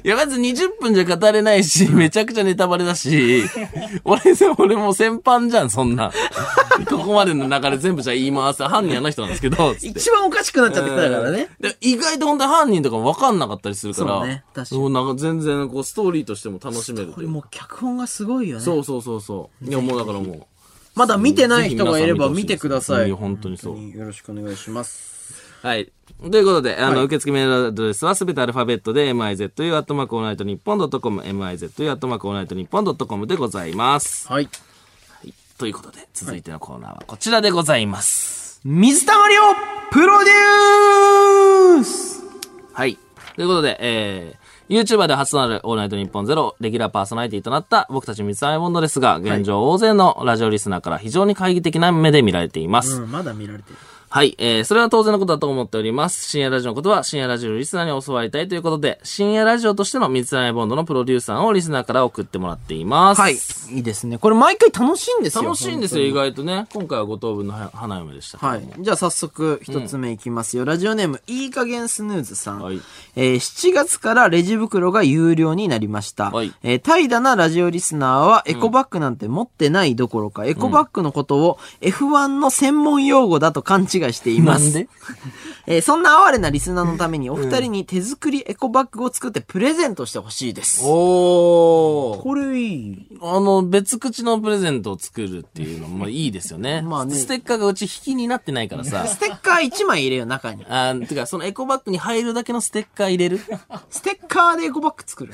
Speaker 1: いや、まず20分じゃ語れない し、めちゃくちゃネタバレだし、 俺さ、俺もう先般じゃん、そんな。 ここまでの流れ全部じゃ言い回す。犯人あの人なんですけど、つって
Speaker 2: 一番おかしくなっちゃってきたからね。
Speaker 1: で意外と本当に犯人とかも分かんなかったりするから、
Speaker 2: そうね確かに
Speaker 1: そうなんか全然こうストーリーとしても楽しめると
Speaker 2: こ
Speaker 1: い
Speaker 2: れ
Speaker 1: う
Speaker 2: もう脚本がすごいよね。
Speaker 1: そうそうそうそう。いや、もうだからもう。
Speaker 2: まだ見てない人がいれば見てください。
Speaker 1: や本当にそう。
Speaker 2: よろしくお願いします。
Speaker 1: はい。ということで、あの、受付メールアドレスはすべてアルファベットで、mizu, アットマークオールナイトニッポンドットコム、mizu, アットマークオールナイトニッポンドットコムでございます。
Speaker 2: はい。
Speaker 1: ということで、続いてのコーナーはこちらでございます。
Speaker 2: 水溜りをプロデュース
Speaker 1: はい。ということで、えー、YouTuber で初となるオールナイトニッポンゼロレギュラーパーソナリティとなった僕たち三つ編みボンドですが、現状大勢のラジオリスナーから非常に懐疑的な目で見られています。
Speaker 2: うん、まだ見られてる。
Speaker 1: はい、えー、それは当然のことだと思っております。深夜ラジオのことは深夜ラジオのリスナーに教わりたいということで、深夜ラジオとしての三つ編みボンドのプロデューサーをリスナーから送ってもらっています。
Speaker 2: はい。いいですね。これ毎回楽しいんですよ。
Speaker 1: 楽しいんですよ、意外とね。今回は五等分のは花嫁でしたけども。
Speaker 2: はい。じゃあ早速一つ目いきますよ。ラジオネーム、いい加減スヌーズさん。
Speaker 1: はい
Speaker 2: えー7月からレジ袋が有料になりました。
Speaker 1: はい
Speaker 2: えー怠惰なラジオリスナーはエコバッグなんて持ってないどころか、エコバッグのことを F1 の専門用語だと勘違いしています。
Speaker 1: なんで
Speaker 2: えーそんな哀れなリスナーのためにお二人に手作りエコバッグを作ってプレゼントしてほしいです。
Speaker 1: おー。
Speaker 2: これいい。
Speaker 1: あの、別口のプレゼントを作るっていうの もいいですよね。
Speaker 2: まあね
Speaker 1: ステッカーがうち引きになってないから さ。
Speaker 2: ステッカー1枚入れよ、中に。
Speaker 1: あーてか、そのエコバッグに入るだけのステッカー入れる
Speaker 2: ステッカーでエコバッグ 作る。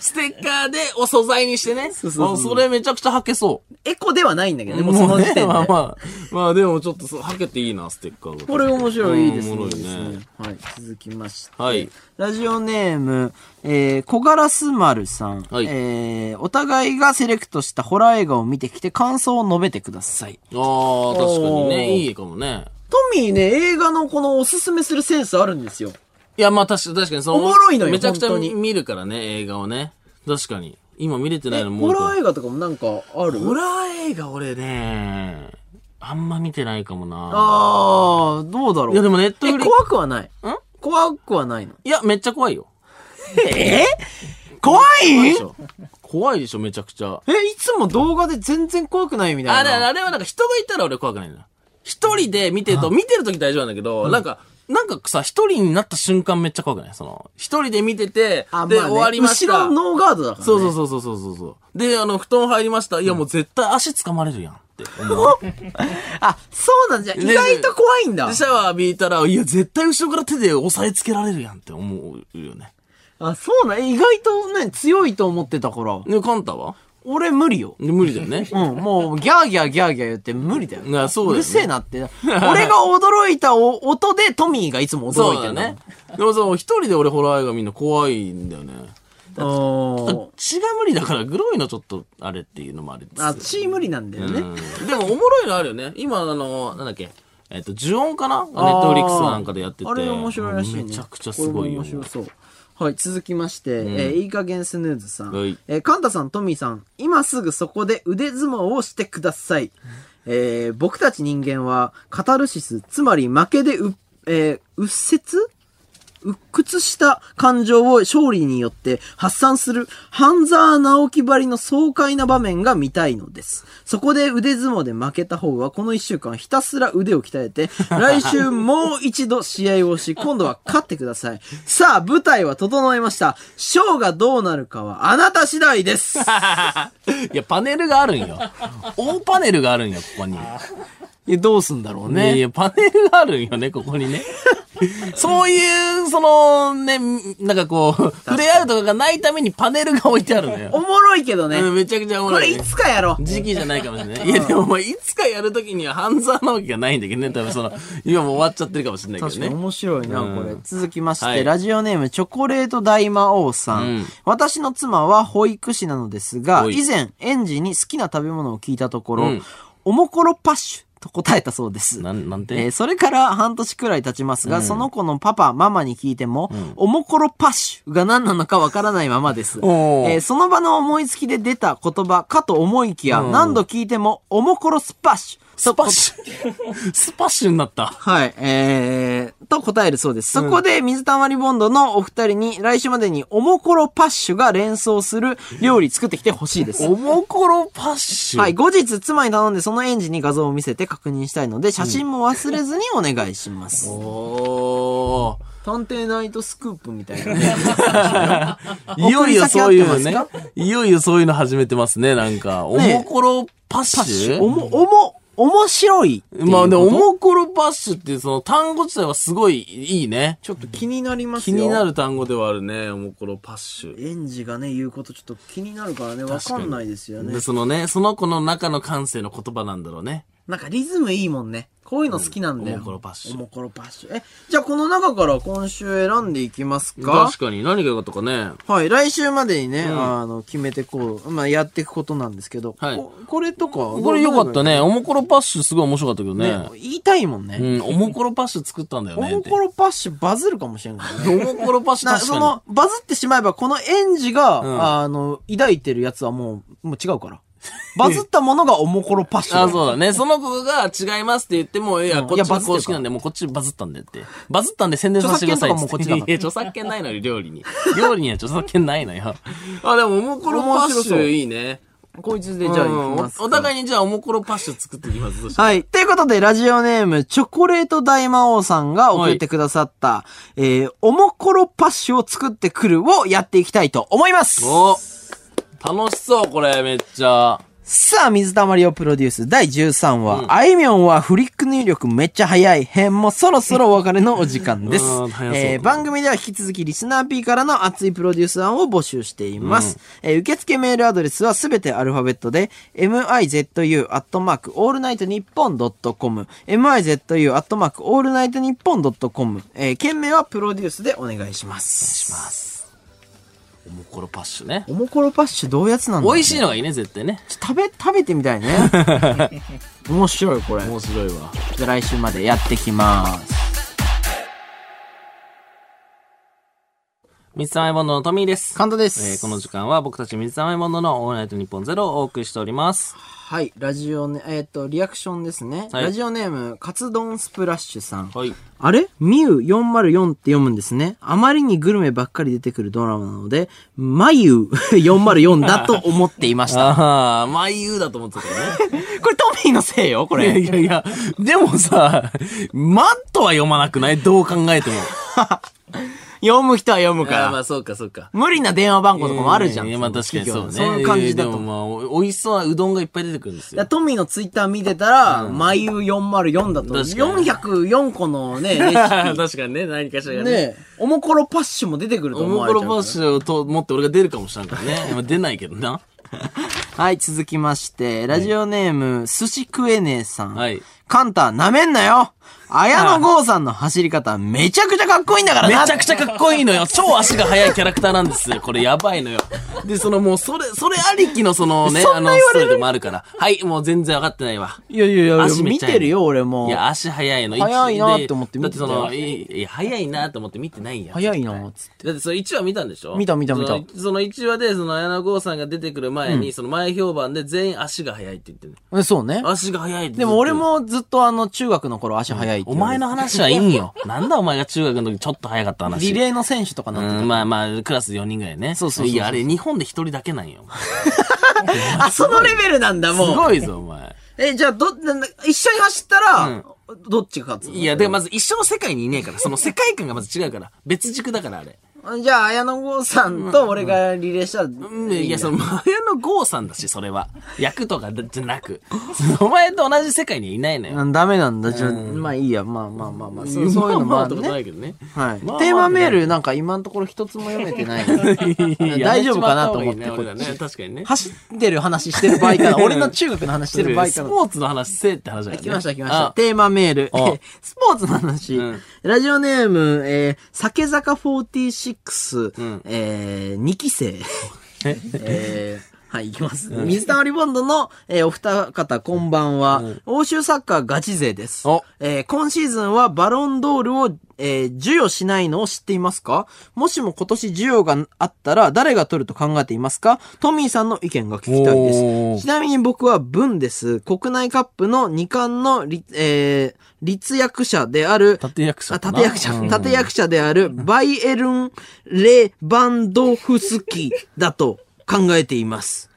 Speaker 1: ステッカーでお素材にしてね。そう
Speaker 2: そうそ
Speaker 1: そ
Speaker 2: う
Speaker 1: れめちゃくちゃはけそう。
Speaker 2: エコではないんだけどね、もうその時点で。
Speaker 1: もうねまあまあ、まあでもちょっとそうはけていいな、ステッカーが。
Speaker 2: これ面白いです
Speaker 1: うんお
Speaker 2: ね。
Speaker 1: もろい
Speaker 2: いい
Speaker 1: ね
Speaker 2: ですねはい、続きまして。
Speaker 1: はい
Speaker 2: ラジオネーム、えー、小ガラス丸さん。
Speaker 1: はい
Speaker 2: えー、お互いがセレクトしたホラー映画を見てきて感想を述べてください。
Speaker 1: ああ、確かに
Speaker 2: おー
Speaker 1: ね、いいかもね。
Speaker 2: トミーね、映画のこのおすすめするセンスあるんですよ。
Speaker 1: いや、まあ確かに、確かに、その、
Speaker 2: おもろいのよ
Speaker 1: めちゃくちゃ
Speaker 2: 本当に
Speaker 1: 見るからね、映画をね。確かに。今見れてない
Speaker 2: え、
Speaker 1: の
Speaker 2: ホ
Speaker 1: もう一個
Speaker 2: ラー映画とかもなんかある
Speaker 1: ホラー映画俺ね、あんま見てないかもな。
Speaker 2: あー、どうだろう。
Speaker 1: いやでもネット
Speaker 2: え
Speaker 1: フリ
Speaker 2: 怖くはない。ん怖くはないの。
Speaker 1: いや、めっちゃ怖いよ。
Speaker 2: え怖い
Speaker 1: 怖いでしょ、めちゃくちゃ。
Speaker 2: え、いつも動画で全然怖くないみた
Speaker 1: あ
Speaker 2: い
Speaker 1: れ、
Speaker 2: な。
Speaker 1: あれはなんか人がいたら俺怖くないんだ。一人で見てると、見てるとき大丈夫なんだけど、なんか、なんかさ、一人になった瞬間めっちゃ怖くないその、一人で見てて、
Speaker 2: あ
Speaker 1: で、
Speaker 2: まあね
Speaker 1: 終わりました。
Speaker 2: 後ろノーガードだから、ね。
Speaker 1: そうそうそうそうそうそうそう。で、あの、布団入りました。いや、もう絶対足掴まれるやんって思う。
Speaker 2: あ、そうなんじゃ。意外と怖いんだ
Speaker 1: で、。シャワー浴びたら、いや、絶対後ろから手で押さえつけられるやんって思うよね。
Speaker 2: あ、そうなん。意外とね、強いと思ってたから。
Speaker 1: で、カンタは
Speaker 2: 俺無理よ。
Speaker 1: で無理だよ ね。
Speaker 2: うん、もう、ギャーギャーギャーギャー言って無理だよ。
Speaker 1: いやそうだよね
Speaker 2: るせえなって。俺が驚いたお音でトミーがいつも
Speaker 1: そ
Speaker 2: 驚
Speaker 1: う
Speaker 2: い
Speaker 1: だ
Speaker 2: て
Speaker 1: よ
Speaker 2: る
Speaker 1: ね。。でもさ、一人で俺ホラー映画みんな怖いんだよね。
Speaker 2: うん。
Speaker 1: 血が無理だから、グロいのちょっと、あれっていうのもあれですよ
Speaker 2: あ、チー無理なんだよ
Speaker 1: う
Speaker 2: ね。
Speaker 1: んでも、おもろいのあるよね。今、あの、なんだっけ。えっと、呪音かなネットフリックスなんかでやってて。
Speaker 2: あれ面白いらしいね。
Speaker 1: めちゃくちゃすごいよ。
Speaker 2: これも面白そう。はい、続きまして、えーいい加減スヌーズさん。
Speaker 1: はい
Speaker 2: えーカンタさん、トミーさん、今すぐそこで腕相撲をしてください。えー僕たち人間は、カタルシス、つまり負けでう、えー屈折鬱屈した感情を勝利によって発散する、半沢直樹ばりの爽快な場面が見たいのです。そこで腕相撲で負けた方は、この一週間ひたすら腕を鍛えて、来週もう一度試合をし、 今度は勝ってください。さあ、舞台は整えました。ショーがどうなるかはあなた次 第です。
Speaker 1: いや、パネルがあるんよ。大パネルがあるんよ、ここに。
Speaker 2: どうすんだろう
Speaker 1: ね、い。や、パネルがあるんよね、ここにね。そういう、その、ね、なんかこう、触れ合うとかがないためにパネルが置いてあるのよ。
Speaker 2: おもろいけどね。
Speaker 1: うん、めちゃくちゃおも
Speaker 2: こ
Speaker 1: ろ
Speaker 2: れ
Speaker 1: い、
Speaker 2: い
Speaker 1: ね。
Speaker 2: つかやろう。
Speaker 1: 時期じゃないかもしれない。いや、でも、まあ、いつかやるときには、半沢直樹がないんだけどね。多分その、今もう終わっちゃってるかもしれないけ
Speaker 2: 確
Speaker 1: ど
Speaker 2: かに
Speaker 1: ね。
Speaker 2: 面白いな、これ。続きまして、
Speaker 1: はい
Speaker 2: ラジオネーム、チョコレート大魔王さん。
Speaker 1: うん
Speaker 2: 私の妻は保育士なのですが、
Speaker 1: ほい
Speaker 2: 以前、園児に好きな食べ物を聞いたところ、
Speaker 1: うん
Speaker 2: おもころパッシュと答えたそうです。
Speaker 1: なん、なんて、
Speaker 2: えーそれから半年くらい経ちますが、その子のパパ、ママに聞いても、おもころパッシュが何なのかわからないままです。
Speaker 1: おー
Speaker 2: えーその場の思いつきで出た言葉かと思いきや、何度聞いても、おもころスパッシュ。
Speaker 1: スパッシ ュ。スパッシュになった。
Speaker 2: はい、えー、と答えるそうです。そこで水溜りボンドのお二人に来週までにおもころパッシュが連想する料理作ってきてほしいです。
Speaker 1: おもころパッシュ。
Speaker 2: はい、後日妻に頼んでその園児に画像を見せて確認したいので、写真も忘れずにお願いします。
Speaker 1: お
Speaker 2: 探偵ナイトスクープみたいなね。
Speaker 1: ー。いよいよそういうね
Speaker 2: 送り先合ってま。
Speaker 1: いよいよそういうの始めてますね、なんか。お
Speaker 2: ねえ
Speaker 1: もころパッシュ
Speaker 2: おも、おも、面白いっていうこと。
Speaker 1: まあでも、おもころパッシュっていうその単語自体はすごいいいね。
Speaker 2: ちょっと気になります
Speaker 1: 気
Speaker 2: よ。
Speaker 1: にな。る単語ではあるね、おもころパッシュ。
Speaker 2: 園児がね、言うことちょっと気になるからね、わ
Speaker 1: 確か
Speaker 2: か
Speaker 1: に
Speaker 2: んないですよね
Speaker 1: で、。そのね、その子の中の感性の言葉なんだろうね。
Speaker 2: なんかリズムいいもんね。こういうの好きなんだよ。
Speaker 1: うんおもころパッシュ
Speaker 2: おもころパッシュ。え、じゃあこの中から今週選んでいきますか
Speaker 1: 確かに。何が良かったかね。
Speaker 2: はい、来週までにね、
Speaker 1: ん
Speaker 2: あの、決めてこう、まあ、やっていくことなんですけど、
Speaker 1: はい
Speaker 2: ここれとか、
Speaker 1: これ良かった
Speaker 2: ね。
Speaker 1: ね。おもころパッシュすごい面白かったけどね。
Speaker 2: 言いたいもんね。
Speaker 1: うん、おもころパッシュ作ったんだよ
Speaker 2: お
Speaker 1: ね。
Speaker 2: もころパッシュバズるかもしれんからね。
Speaker 1: おもころパッシュ
Speaker 2: な
Speaker 1: 確か
Speaker 2: そ
Speaker 1: に。
Speaker 2: の、バズってしまえば、この園児が、
Speaker 1: ん
Speaker 2: あの、抱いてるやつはもう、もう違うから。バズったものがおもころパッシュ。
Speaker 1: あ、そうだね。その子が違いますって言っても、いや、
Speaker 2: うん
Speaker 1: こ
Speaker 2: いや
Speaker 1: っち
Speaker 2: バ
Speaker 1: は
Speaker 2: ズってるから
Speaker 1: 公式なんで、もうこっちバズったんでって。バズったんで宣伝させてくださいっつって。
Speaker 2: 著作権とかもこっちだから
Speaker 1: いや、著作権ないのに、料理に。料理には著作権ないのよ。あ、でも、おもころ
Speaker 2: 面
Speaker 1: パッ
Speaker 2: 白
Speaker 1: シ
Speaker 2: そう
Speaker 1: ュいいね。
Speaker 2: こいつで
Speaker 1: じ
Speaker 2: じゃ
Speaker 1: ゃ
Speaker 2: あ
Speaker 1: あ、
Speaker 2: 行き
Speaker 1: お
Speaker 2: ますか。
Speaker 1: お互いにじゃあ、おもころパッシュ作っていきます。どうしよ
Speaker 2: はい。ということで、ラジオネーム、チョコレート大魔王さんが送ってくださった、えー、おもころパッシュを作ってくるをやっていきたいと思います
Speaker 1: う。お楽しそう、これ、めっちゃ。
Speaker 2: さあ、水溜りをプロデュース第13話、あいみょんはフリック入力めっちゃ早い編もそろそろお別れのお時間です
Speaker 1: うん早。そう
Speaker 2: えー番組では引き続きリスナー P からの熱いプロデュース案を募集しています。えー受付メールアドレスはすべてアルファベットで、mizu.allnightnippon.com、mizu.allnightnippon.com、えー、件名はプロデュースでお願いします。
Speaker 1: おもころパッシュね。
Speaker 2: おもころパッシュどういうやつなんだろう
Speaker 1: 美味しいのがいいね、絶対ね。
Speaker 2: 食べ、食べてみた いね。面白いこれ。
Speaker 1: 面白いわ。
Speaker 2: じゃあ来週までやってきます。
Speaker 1: 三つ玉ボンドのトミーです。
Speaker 2: カントで
Speaker 1: え
Speaker 2: す。
Speaker 1: ーこの時間は僕たち三つ玉ボンドのオールナイトニッポンゼロをお送りしております。
Speaker 2: はい、ラジオね、えっ、と、リアクションですね。
Speaker 1: はい
Speaker 2: ラジオネーム、カツ丼スプラッシュさん。
Speaker 1: はい。
Speaker 2: あれミュー404って読むんですね。あまりにグルメばっかり出てくるドラマなので、マユー404だと思っていました。
Speaker 1: ああ、マイユーだと思ってたけどね。
Speaker 2: これトミーのせいよ、こ
Speaker 1: いや
Speaker 2: れ。
Speaker 1: いやいや、でもさ、マットは読まなくないどう考えても。
Speaker 2: 読む人は読むか
Speaker 1: あ
Speaker 2: ら。
Speaker 1: まあそうかそうか。
Speaker 2: 無理な電話番号とかもあるじゃん。
Speaker 1: いやいやまあ確かにそうね。
Speaker 2: そういう感じだ
Speaker 1: いやいやで
Speaker 2: と
Speaker 1: もまあ、お美味しそうなうどんがいっぱい出てくるんです
Speaker 2: だから
Speaker 1: よ。
Speaker 2: トミーのツイッター見てたら、眉404だと、
Speaker 1: 確かに
Speaker 2: 404個の ね、レシ
Speaker 1: 確かにね、何かしら
Speaker 2: ピ。
Speaker 1: が
Speaker 2: ね
Speaker 1: ね。
Speaker 2: えおもころパッシュも出てくると
Speaker 1: お
Speaker 2: 思
Speaker 1: も
Speaker 2: わ
Speaker 1: こ
Speaker 2: れち
Speaker 1: ろ
Speaker 2: ゃう
Speaker 1: パ
Speaker 2: から
Speaker 1: ッシュをと思って俺が出るかもしれん からね。まあ出ないけどな。
Speaker 2: はい、続きまして、ラジオネーム、寿司クエネさん。
Speaker 1: はい。
Speaker 2: カンタ、舐めんなよ綾野剛さんの走り方、めちゃくちゃかっこいいんだから
Speaker 1: め
Speaker 2: な
Speaker 1: ちゃくちゃかっこいいのよ。超足が速いキャラクターなんです よ。これやばいのよ。で、そのもう、それ、それありきのそのね、あの、ストーリーもあるから。はい、もう全然わかってないわ。
Speaker 2: いやいやいや
Speaker 1: 足めっ
Speaker 2: 見
Speaker 1: ちゃ速い
Speaker 2: てるよ、俺も。
Speaker 1: いや、足速いの。
Speaker 2: 速いなって思って
Speaker 1: だ
Speaker 2: 見
Speaker 1: ってて
Speaker 2: た
Speaker 1: そ
Speaker 2: よ
Speaker 1: の、いいや、速いなって思って見てないやん。
Speaker 2: 早いな、つって。
Speaker 1: だってそれ1話見たんでしょ
Speaker 2: 見た見た見た
Speaker 1: そのその1話で、その綾野剛さんが出てくる前に、その前評判で全員足が速いって言ってるの。
Speaker 2: えそうね。
Speaker 1: 足が速いってずっと
Speaker 2: でも俺、もずっとあの、中学の頃足早いって
Speaker 1: お
Speaker 2: 言われ
Speaker 1: 前
Speaker 2: て
Speaker 1: の話はいいんよ。なんだお前が中学の時ちょっと速かった話。
Speaker 2: リレーの選手とかなって
Speaker 1: うん、まあまあ、クラス4人ぐらいね。
Speaker 2: そうそうそうそう
Speaker 1: いや、あれ日本で1人だけなんよ。
Speaker 2: あ、そのレベルなんだ、
Speaker 1: すごいぞ、お前。
Speaker 2: え、じゃあ、ど、なんだ一緒に走ったら、どっちが勝つの
Speaker 1: いや、でもまず一生世界にいねえから、その世界観がまず違うから。別軸だから、あれ。
Speaker 2: じゃあ、綾野剛さんと俺がリレーしたら、
Speaker 1: うんいや、その、前の剛さんだし、それは。役とかじゃなく。そのお前と同じ世界にいないのよ。
Speaker 2: うんダメなんだ。じゃあ、まあいいや。まあまあまあまあ。そうそういうのも
Speaker 1: ま
Speaker 2: あ
Speaker 1: あまあって
Speaker 2: る
Speaker 1: ことな
Speaker 2: ね。
Speaker 1: いけどね。
Speaker 2: はい。テ
Speaker 1: まあまあ
Speaker 2: ーマメールなんか今のところ一つも読めてない。
Speaker 1: いや
Speaker 2: 大丈夫かなと思って
Speaker 1: やめちまった方がいいね俺らね確かにね。
Speaker 2: 走ってる話してる場合かな。俺の中学の話してる場合
Speaker 1: ス
Speaker 2: かな。
Speaker 1: ポーツの話せえって話だよね。
Speaker 2: 来ました来ました。
Speaker 1: あ。
Speaker 2: テーマメール
Speaker 1: あ。
Speaker 2: スポーツの話
Speaker 1: うん。
Speaker 2: ラジオネーム、えー、酒坂46
Speaker 1: ん、
Speaker 2: えー、2期生。
Speaker 1: え
Speaker 2: えーはい、いきます。水溜りボンドの、えーお二方、こんばんは。欧州サッカーガチ勢です
Speaker 1: お。
Speaker 2: えー今シーズンはバロンドールを、えー授与しないのを知っていますかもしも今年授与があったら、誰が取ると考えていますかトミーさんの意見が聞きたいです。
Speaker 1: おー
Speaker 2: ちなみに僕は文です。国内カップの2冠の立、えー立役者である、
Speaker 1: 立役者
Speaker 2: あ、
Speaker 1: かな。
Speaker 2: 立役者、
Speaker 1: うん
Speaker 2: 立役者である、バイエルン・レバンドフスキだと考えています。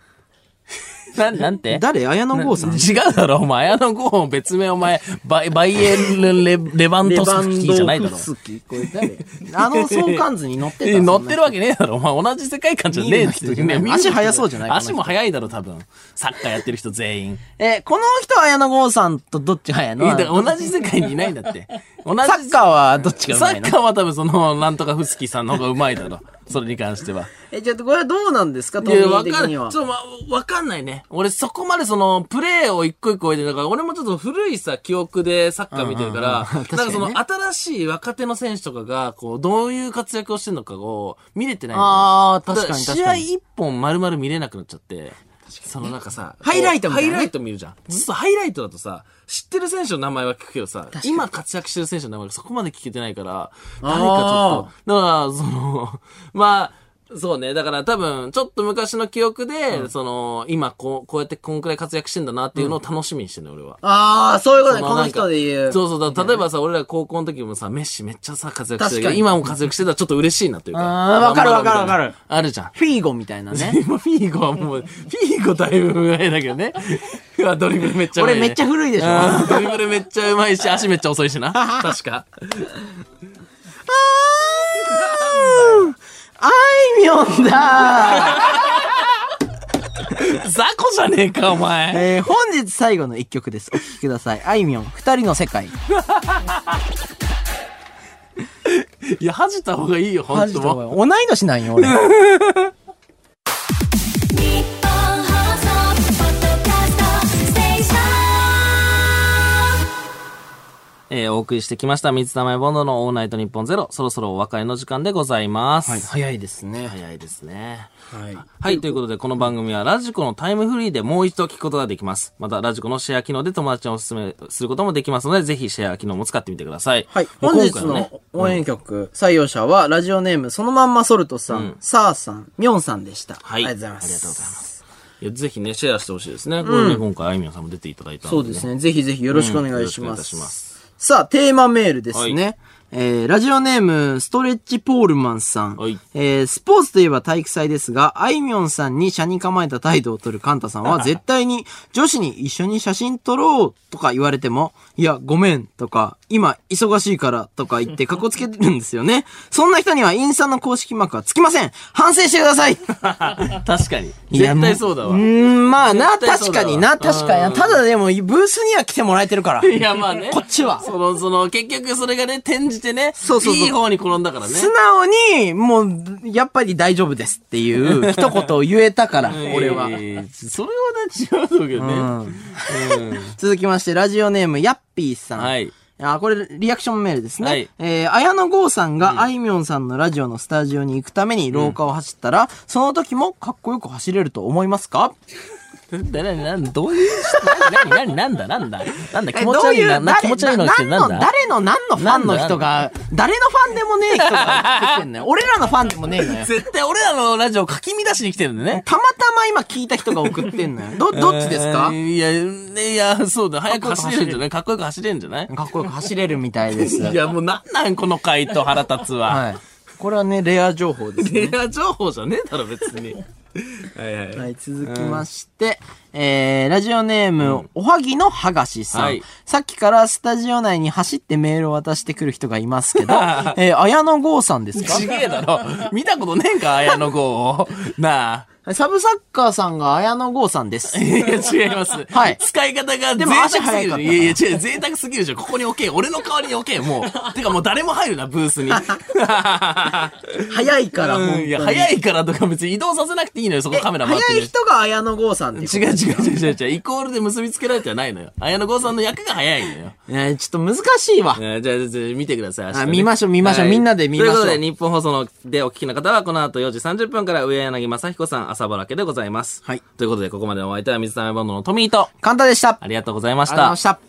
Speaker 1: な、なんて
Speaker 2: 誰綾野剛さん
Speaker 1: 違うだろ、お前。綾野剛、別名お前、バイ、バイエルレ、レバン
Speaker 2: レ
Speaker 1: ト
Speaker 2: バ
Speaker 1: スキ
Speaker 2: ン
Speaker 1: ーじゃ
Speaker 2: ド
Speaker 1: ないだ
Speaker 2: フ
Speaker 1: ろ。
Speaker 2: スキこれ誰あの相関図に乗って
Speaker 1: え
Speaker 2: た。
Speaker 1: 乗ってる
Speaker 2: わ
Speaker 1: わけねえだろ。お前、同じ世界観じゃねえって
Speaker 2: 見る人じゃない
Speaker 1: ね見る
Speaker 2: 足速そうじゃない
Speaker 1: 足も速いだろ、多分。サッカーやってる人全員。
Speaker 2: えーこの人は綾野剛さんとどっちが綾
Speaker 1: い
Speaker 2: 野
Speaker 1: やだから
Speaker 2: サ
Speaker 1: 同じ世界にいないんだ って。同じ
Speaker 2: ッカーはどっちがう
Speaker 1: サ
Speaker 2: まい
Speaker 1: ッ
Speaker 2: の
Speaker 1: カーは多分その、なんとかフスキーさんの方がうまいだ ろ。それに関しては。
Speaker 2: え、ちょっとこれはどうなんですかト
Speaker 1: い
Speaker 2: ミ
Speaker 1: や、
Speaker 2: ー
Speaker 1: わ
Speaker 2: 的
Speaker 1: かん
Speaker 2: に
Speaker 1: ちょ
Speaker 2: は
Speaker 1: っ。とわ、わかんないね。俺そこまでその、プレーを一個一個置いてるから、俺もちょっと古いさ、記憶でサッカー見てるから、
Speaker 2: うんうんうん確か
Speaker 1: な
Speaker 2: に
Speaker 1: ん
Speaker 2: ね
Speaker 1: かその、新しい若手の選手とかが、こう、どういう活躍をしてるのかを見れてないのよ
Speaker 2: あー、
Speaker 1: だ
Speaker 2: 確
Speaker 1: か
Speaker 2: からに
Speaker 1: 試
Speaker 2: 確
Speaker 1: 合
Speaker 2: かに。
Speaker 1: 一本丸々見れなくなっちゃって。そのなんかさ、
Speaker 2: ハイライト
Speaker 1: こ
Speaker 2: み
Speaker 1: う
Speaker 2: たいなね
Speaker 1: ハイライト見るじゃん。ずっとハイライトだとさ、知ってる選手の名前は聞くけどさ、今活躍してる選手の名前がそこまで聞けてないから、誰かちょっと、だから、その、 まあ、そうね。だから多分、ちょっと昔の記憶で、その、今こう、こうやってこんくらい活躍してんだなっていうのを楽しみにしてるの、俺は。
Speaker 2: あー、そういうことね。
Speaker 1: そ
Speaker 2: こ
Speaker 1: のな
Speaker 2: の
Speaker 1: んか
Speaker 2: 人で言う。
Speaker 1: そうそうだから。例えばさ、俺ら高校の時もさ、メッシめっちゃさ、活躍してるけど
Speaker 2: 確かに
Speaker 1: 今も活躍してたらちょっと嬉しいなというか。
Speaker 2: あーわかるわかるわかる
Speaker 1: あるじゃん。
Speaker 2: フィーゴみたい なね。
Speaker 1: 今、フィーゴはもう、フィーゴだいぶ前だけどね。 うわドリブルめっちゃうまい、
Speaker 2: 俺
Speaker 1: ね。
Speaker 2: めっちゃ古いでしょ。
Speaker 1: うんドリブルめっちゃうまいし、足めっちゃ遅いし な。確か。
Speaker 2: あいみょんだ
Speaker 1: 雑魚じゃねえか、お前。
Speaker 2: えー本日最後の一曲です。お聴きください。あいみょん、二人の世界。
Speaker 1: いや、恥じた方がいいよ、ほんと。も
Speaker 5: 同い年なん よ、俺。
Speaker 3: 日本放送ポッドキャストステーション
Speaker 1: えーお送りしてきました、水溜りボンドのオールナイトニッポンゼロ。そろそろお別れの時間でございます。
Speaker 2: 早いですね。
Speaker 1: 早いですね。
Speaker 2: はい。
Speaker 1: はい、ということで、この番組はラジコのタイムフリーでもう一度聞くことができます。また、ラジコのシェア機能で友達にお勧めすることもできますので、ぜひシェア機能も使ってみてください。
Speaker 2: はい。
Speaker 1: もう
Speaker 2: 本日
Speaker 1: 今回ね
Speaker 2: の応援曲、採用者は、ラジオネーム、そのまんまソルトさん、サーさん、ミョンさんでした。
Speaker 1: はい
Speaker 2: ありがとうございます。
Speaker 1: ありがとうございまいやぜひね、シェアしてほしいですね。これね、今回、あいみょんさんも出ていただいた
Speaker 2: そ
Speaker 1: の
Speaker 2: う
Speaker 1: で、
Speaker 2: で
Speaker 1: ね。
Speaker 2: すね。ぜひぜひよろしくお願いし
Speaker 1: うんよ
Speaker 2: ま
Speaker 1: ろし
Speaker 2: す。
Speaker 1: くお願いしま
Speaker 2: さあ、テーマメールですね。
Speaker 1: は
Speaker 2: えー、ラジオネーム、ストレッチポールマンさん。
Speaker 1: はい
Speaker 2: えー、スポーツといえば体育祭ですが、あいみょんさんに車に構えた態度を取るカンタさん は絶対に女子に一緒に写真撮ろうとか言われても、いや、ごめんとか、今忙しいからとか言ってかっこつけてるんですよね。そんな人にはインスタの公式マークはつきません反省してください
Speaker 1: 確かに。
Speaker 2: いや
Speaker 1: 絶対そうだわ。
Speaker 2: うー
Speaker 1: い
Speaker 2: ん、まあな、
Speaker 1: 絶対そ
Speaker 2: 確
Speaker 1: うだ
Speaker 2: か
Speaker 1: わ
Speaker 2: にな、確かにな。ただでも、ブースには来てもらえてるから。
Speaker 1: や、まあね。
Speaker 2: こっちは
Speaker 1: その、その、結局それがね、転じてね、
Speaker 2: そうそうそう
Speaker 1: いい方に転んだからね。
Speaker 2: 素直に、もう、やっぱり大丈夫ですっていう一言を言えたから、俺は
Speaker 1: え。ーそれはね、違うと思うけどね。
Speaker 2: 続きまして、ラジオネーム、ヤッピーさん。
Speaker 1: はい。
Speaker 2: あ、これ、リアクションメールですね。
Speaker 1: はい
Speaker 2: えー、綾野剛さんが、あいみょんさんのラジオのスタジオに行くために廊下を走ったら、その時もかっこよく走れると思いますか
Speaker 1: な、な、な、どういう、な、な、な、なんだ、なんだ、なんだ、気持ち
Speaker 2: どう
Speaker 1: 悪い
Speaker 2: いう
Speaker 1: な、な
Speaker 2: 誰
Speaker 1: 気持ち悪いの来てる、
Speaker 2: な
Speaker 1: な
Speaker 2: 何
Speaker 1: ん
Speaker 2: の、
Speaker 1: だ。
Speaker 2: 誰の何のファンの人が、誰のファンでもねえ人が送ってきて んのよ。俺らのファンでもねえのよ。
Speaker 1: 絶対俺らのラジオ書き乱しに来てるんだね。
Speaker 2: たまたま今聞いた人が送ってんのよ。 ど、どっちですか
Speaker 1: えーいや、ねいや、そうだ。早く走れるんじゃないかっこよく走れるんじゃない
Speaker 2: かっこよく走れるみたいです。
Speaker 1: いや、もうなんなんこの回答腹立つわ。
Speaker 2: はい。これはね、レア情報ですね。
Speaker 1: レア情報じゃねえだろ、別に。はいはい。
Speaker 2: はい、続きまして、えー、ラジオネーム、おはぎのはがしさん、
Speaker 1: はい
Speaker 2: さっきからスタジオ内に走ってメールを渡してくる人がいま すけど、えー、綾野剛さんです
Speaker 1: ちげえだろ。見たことねえんか、綾野剛を。なあ。
Speaker 2: かサブサッカーさんが綾野剛さんです。
Speaker 1: いや、違います。
Speaker 2: はい
Speaker 1: 使い方が贅
Speaker 2: でも
Speaker 1: 沢
Speaker 2: 足
Speaker 1: す
Speaker 2: 早
Speaker 1: ぎ
Speaker 2: かった
Speaker 1: る。
Speaker 2: ない
Speaker 1: やいや、違う、贅沢すぎるじゃん。ここに置け。俺の代わりに置け。もう。てかもう誰も入るな、ブースに。
Speaker 2: 早いから、本当
Speaker 1: うん、
Speaker 2: に
Speaker 1: いや、早いからとか別に移動させなくていいのよ、そこカメラ回って
Speaker 2: 早
Speaker 1: る
Speaker 2: い人が綾野剛さんっていう
Speaker 1: 違
Speaker 2: こと
Speaker 1: う違う違う違う違う、イコールで結びつけられてはないのよ。綾野剛さんの役が早いのよ。
Speaker 2: えーちょっと難しいわ。
Speaker 1: えーじゃあ、じゃあ見てください明日ね。
Speaker 2: あ見ましょう見ましょう
Speaker 1: はい
Speaker 2: みんなで見ましょう
Speaker 1: ということで、日本放送のでお聞きの方は、この後4時30分から、上柳正彦さん、朝ぼらけでございます。
Speaker 2: はい
Speaker 1: ということで、ここまでのお相手は、水溜りボンドのトミーと、
Speaker 2: 簡単でした。あり
Speaker 1: ありがとうございまし
Speaker 2: がとうござい
Speaker 1: た
Speaker 2: まし。た。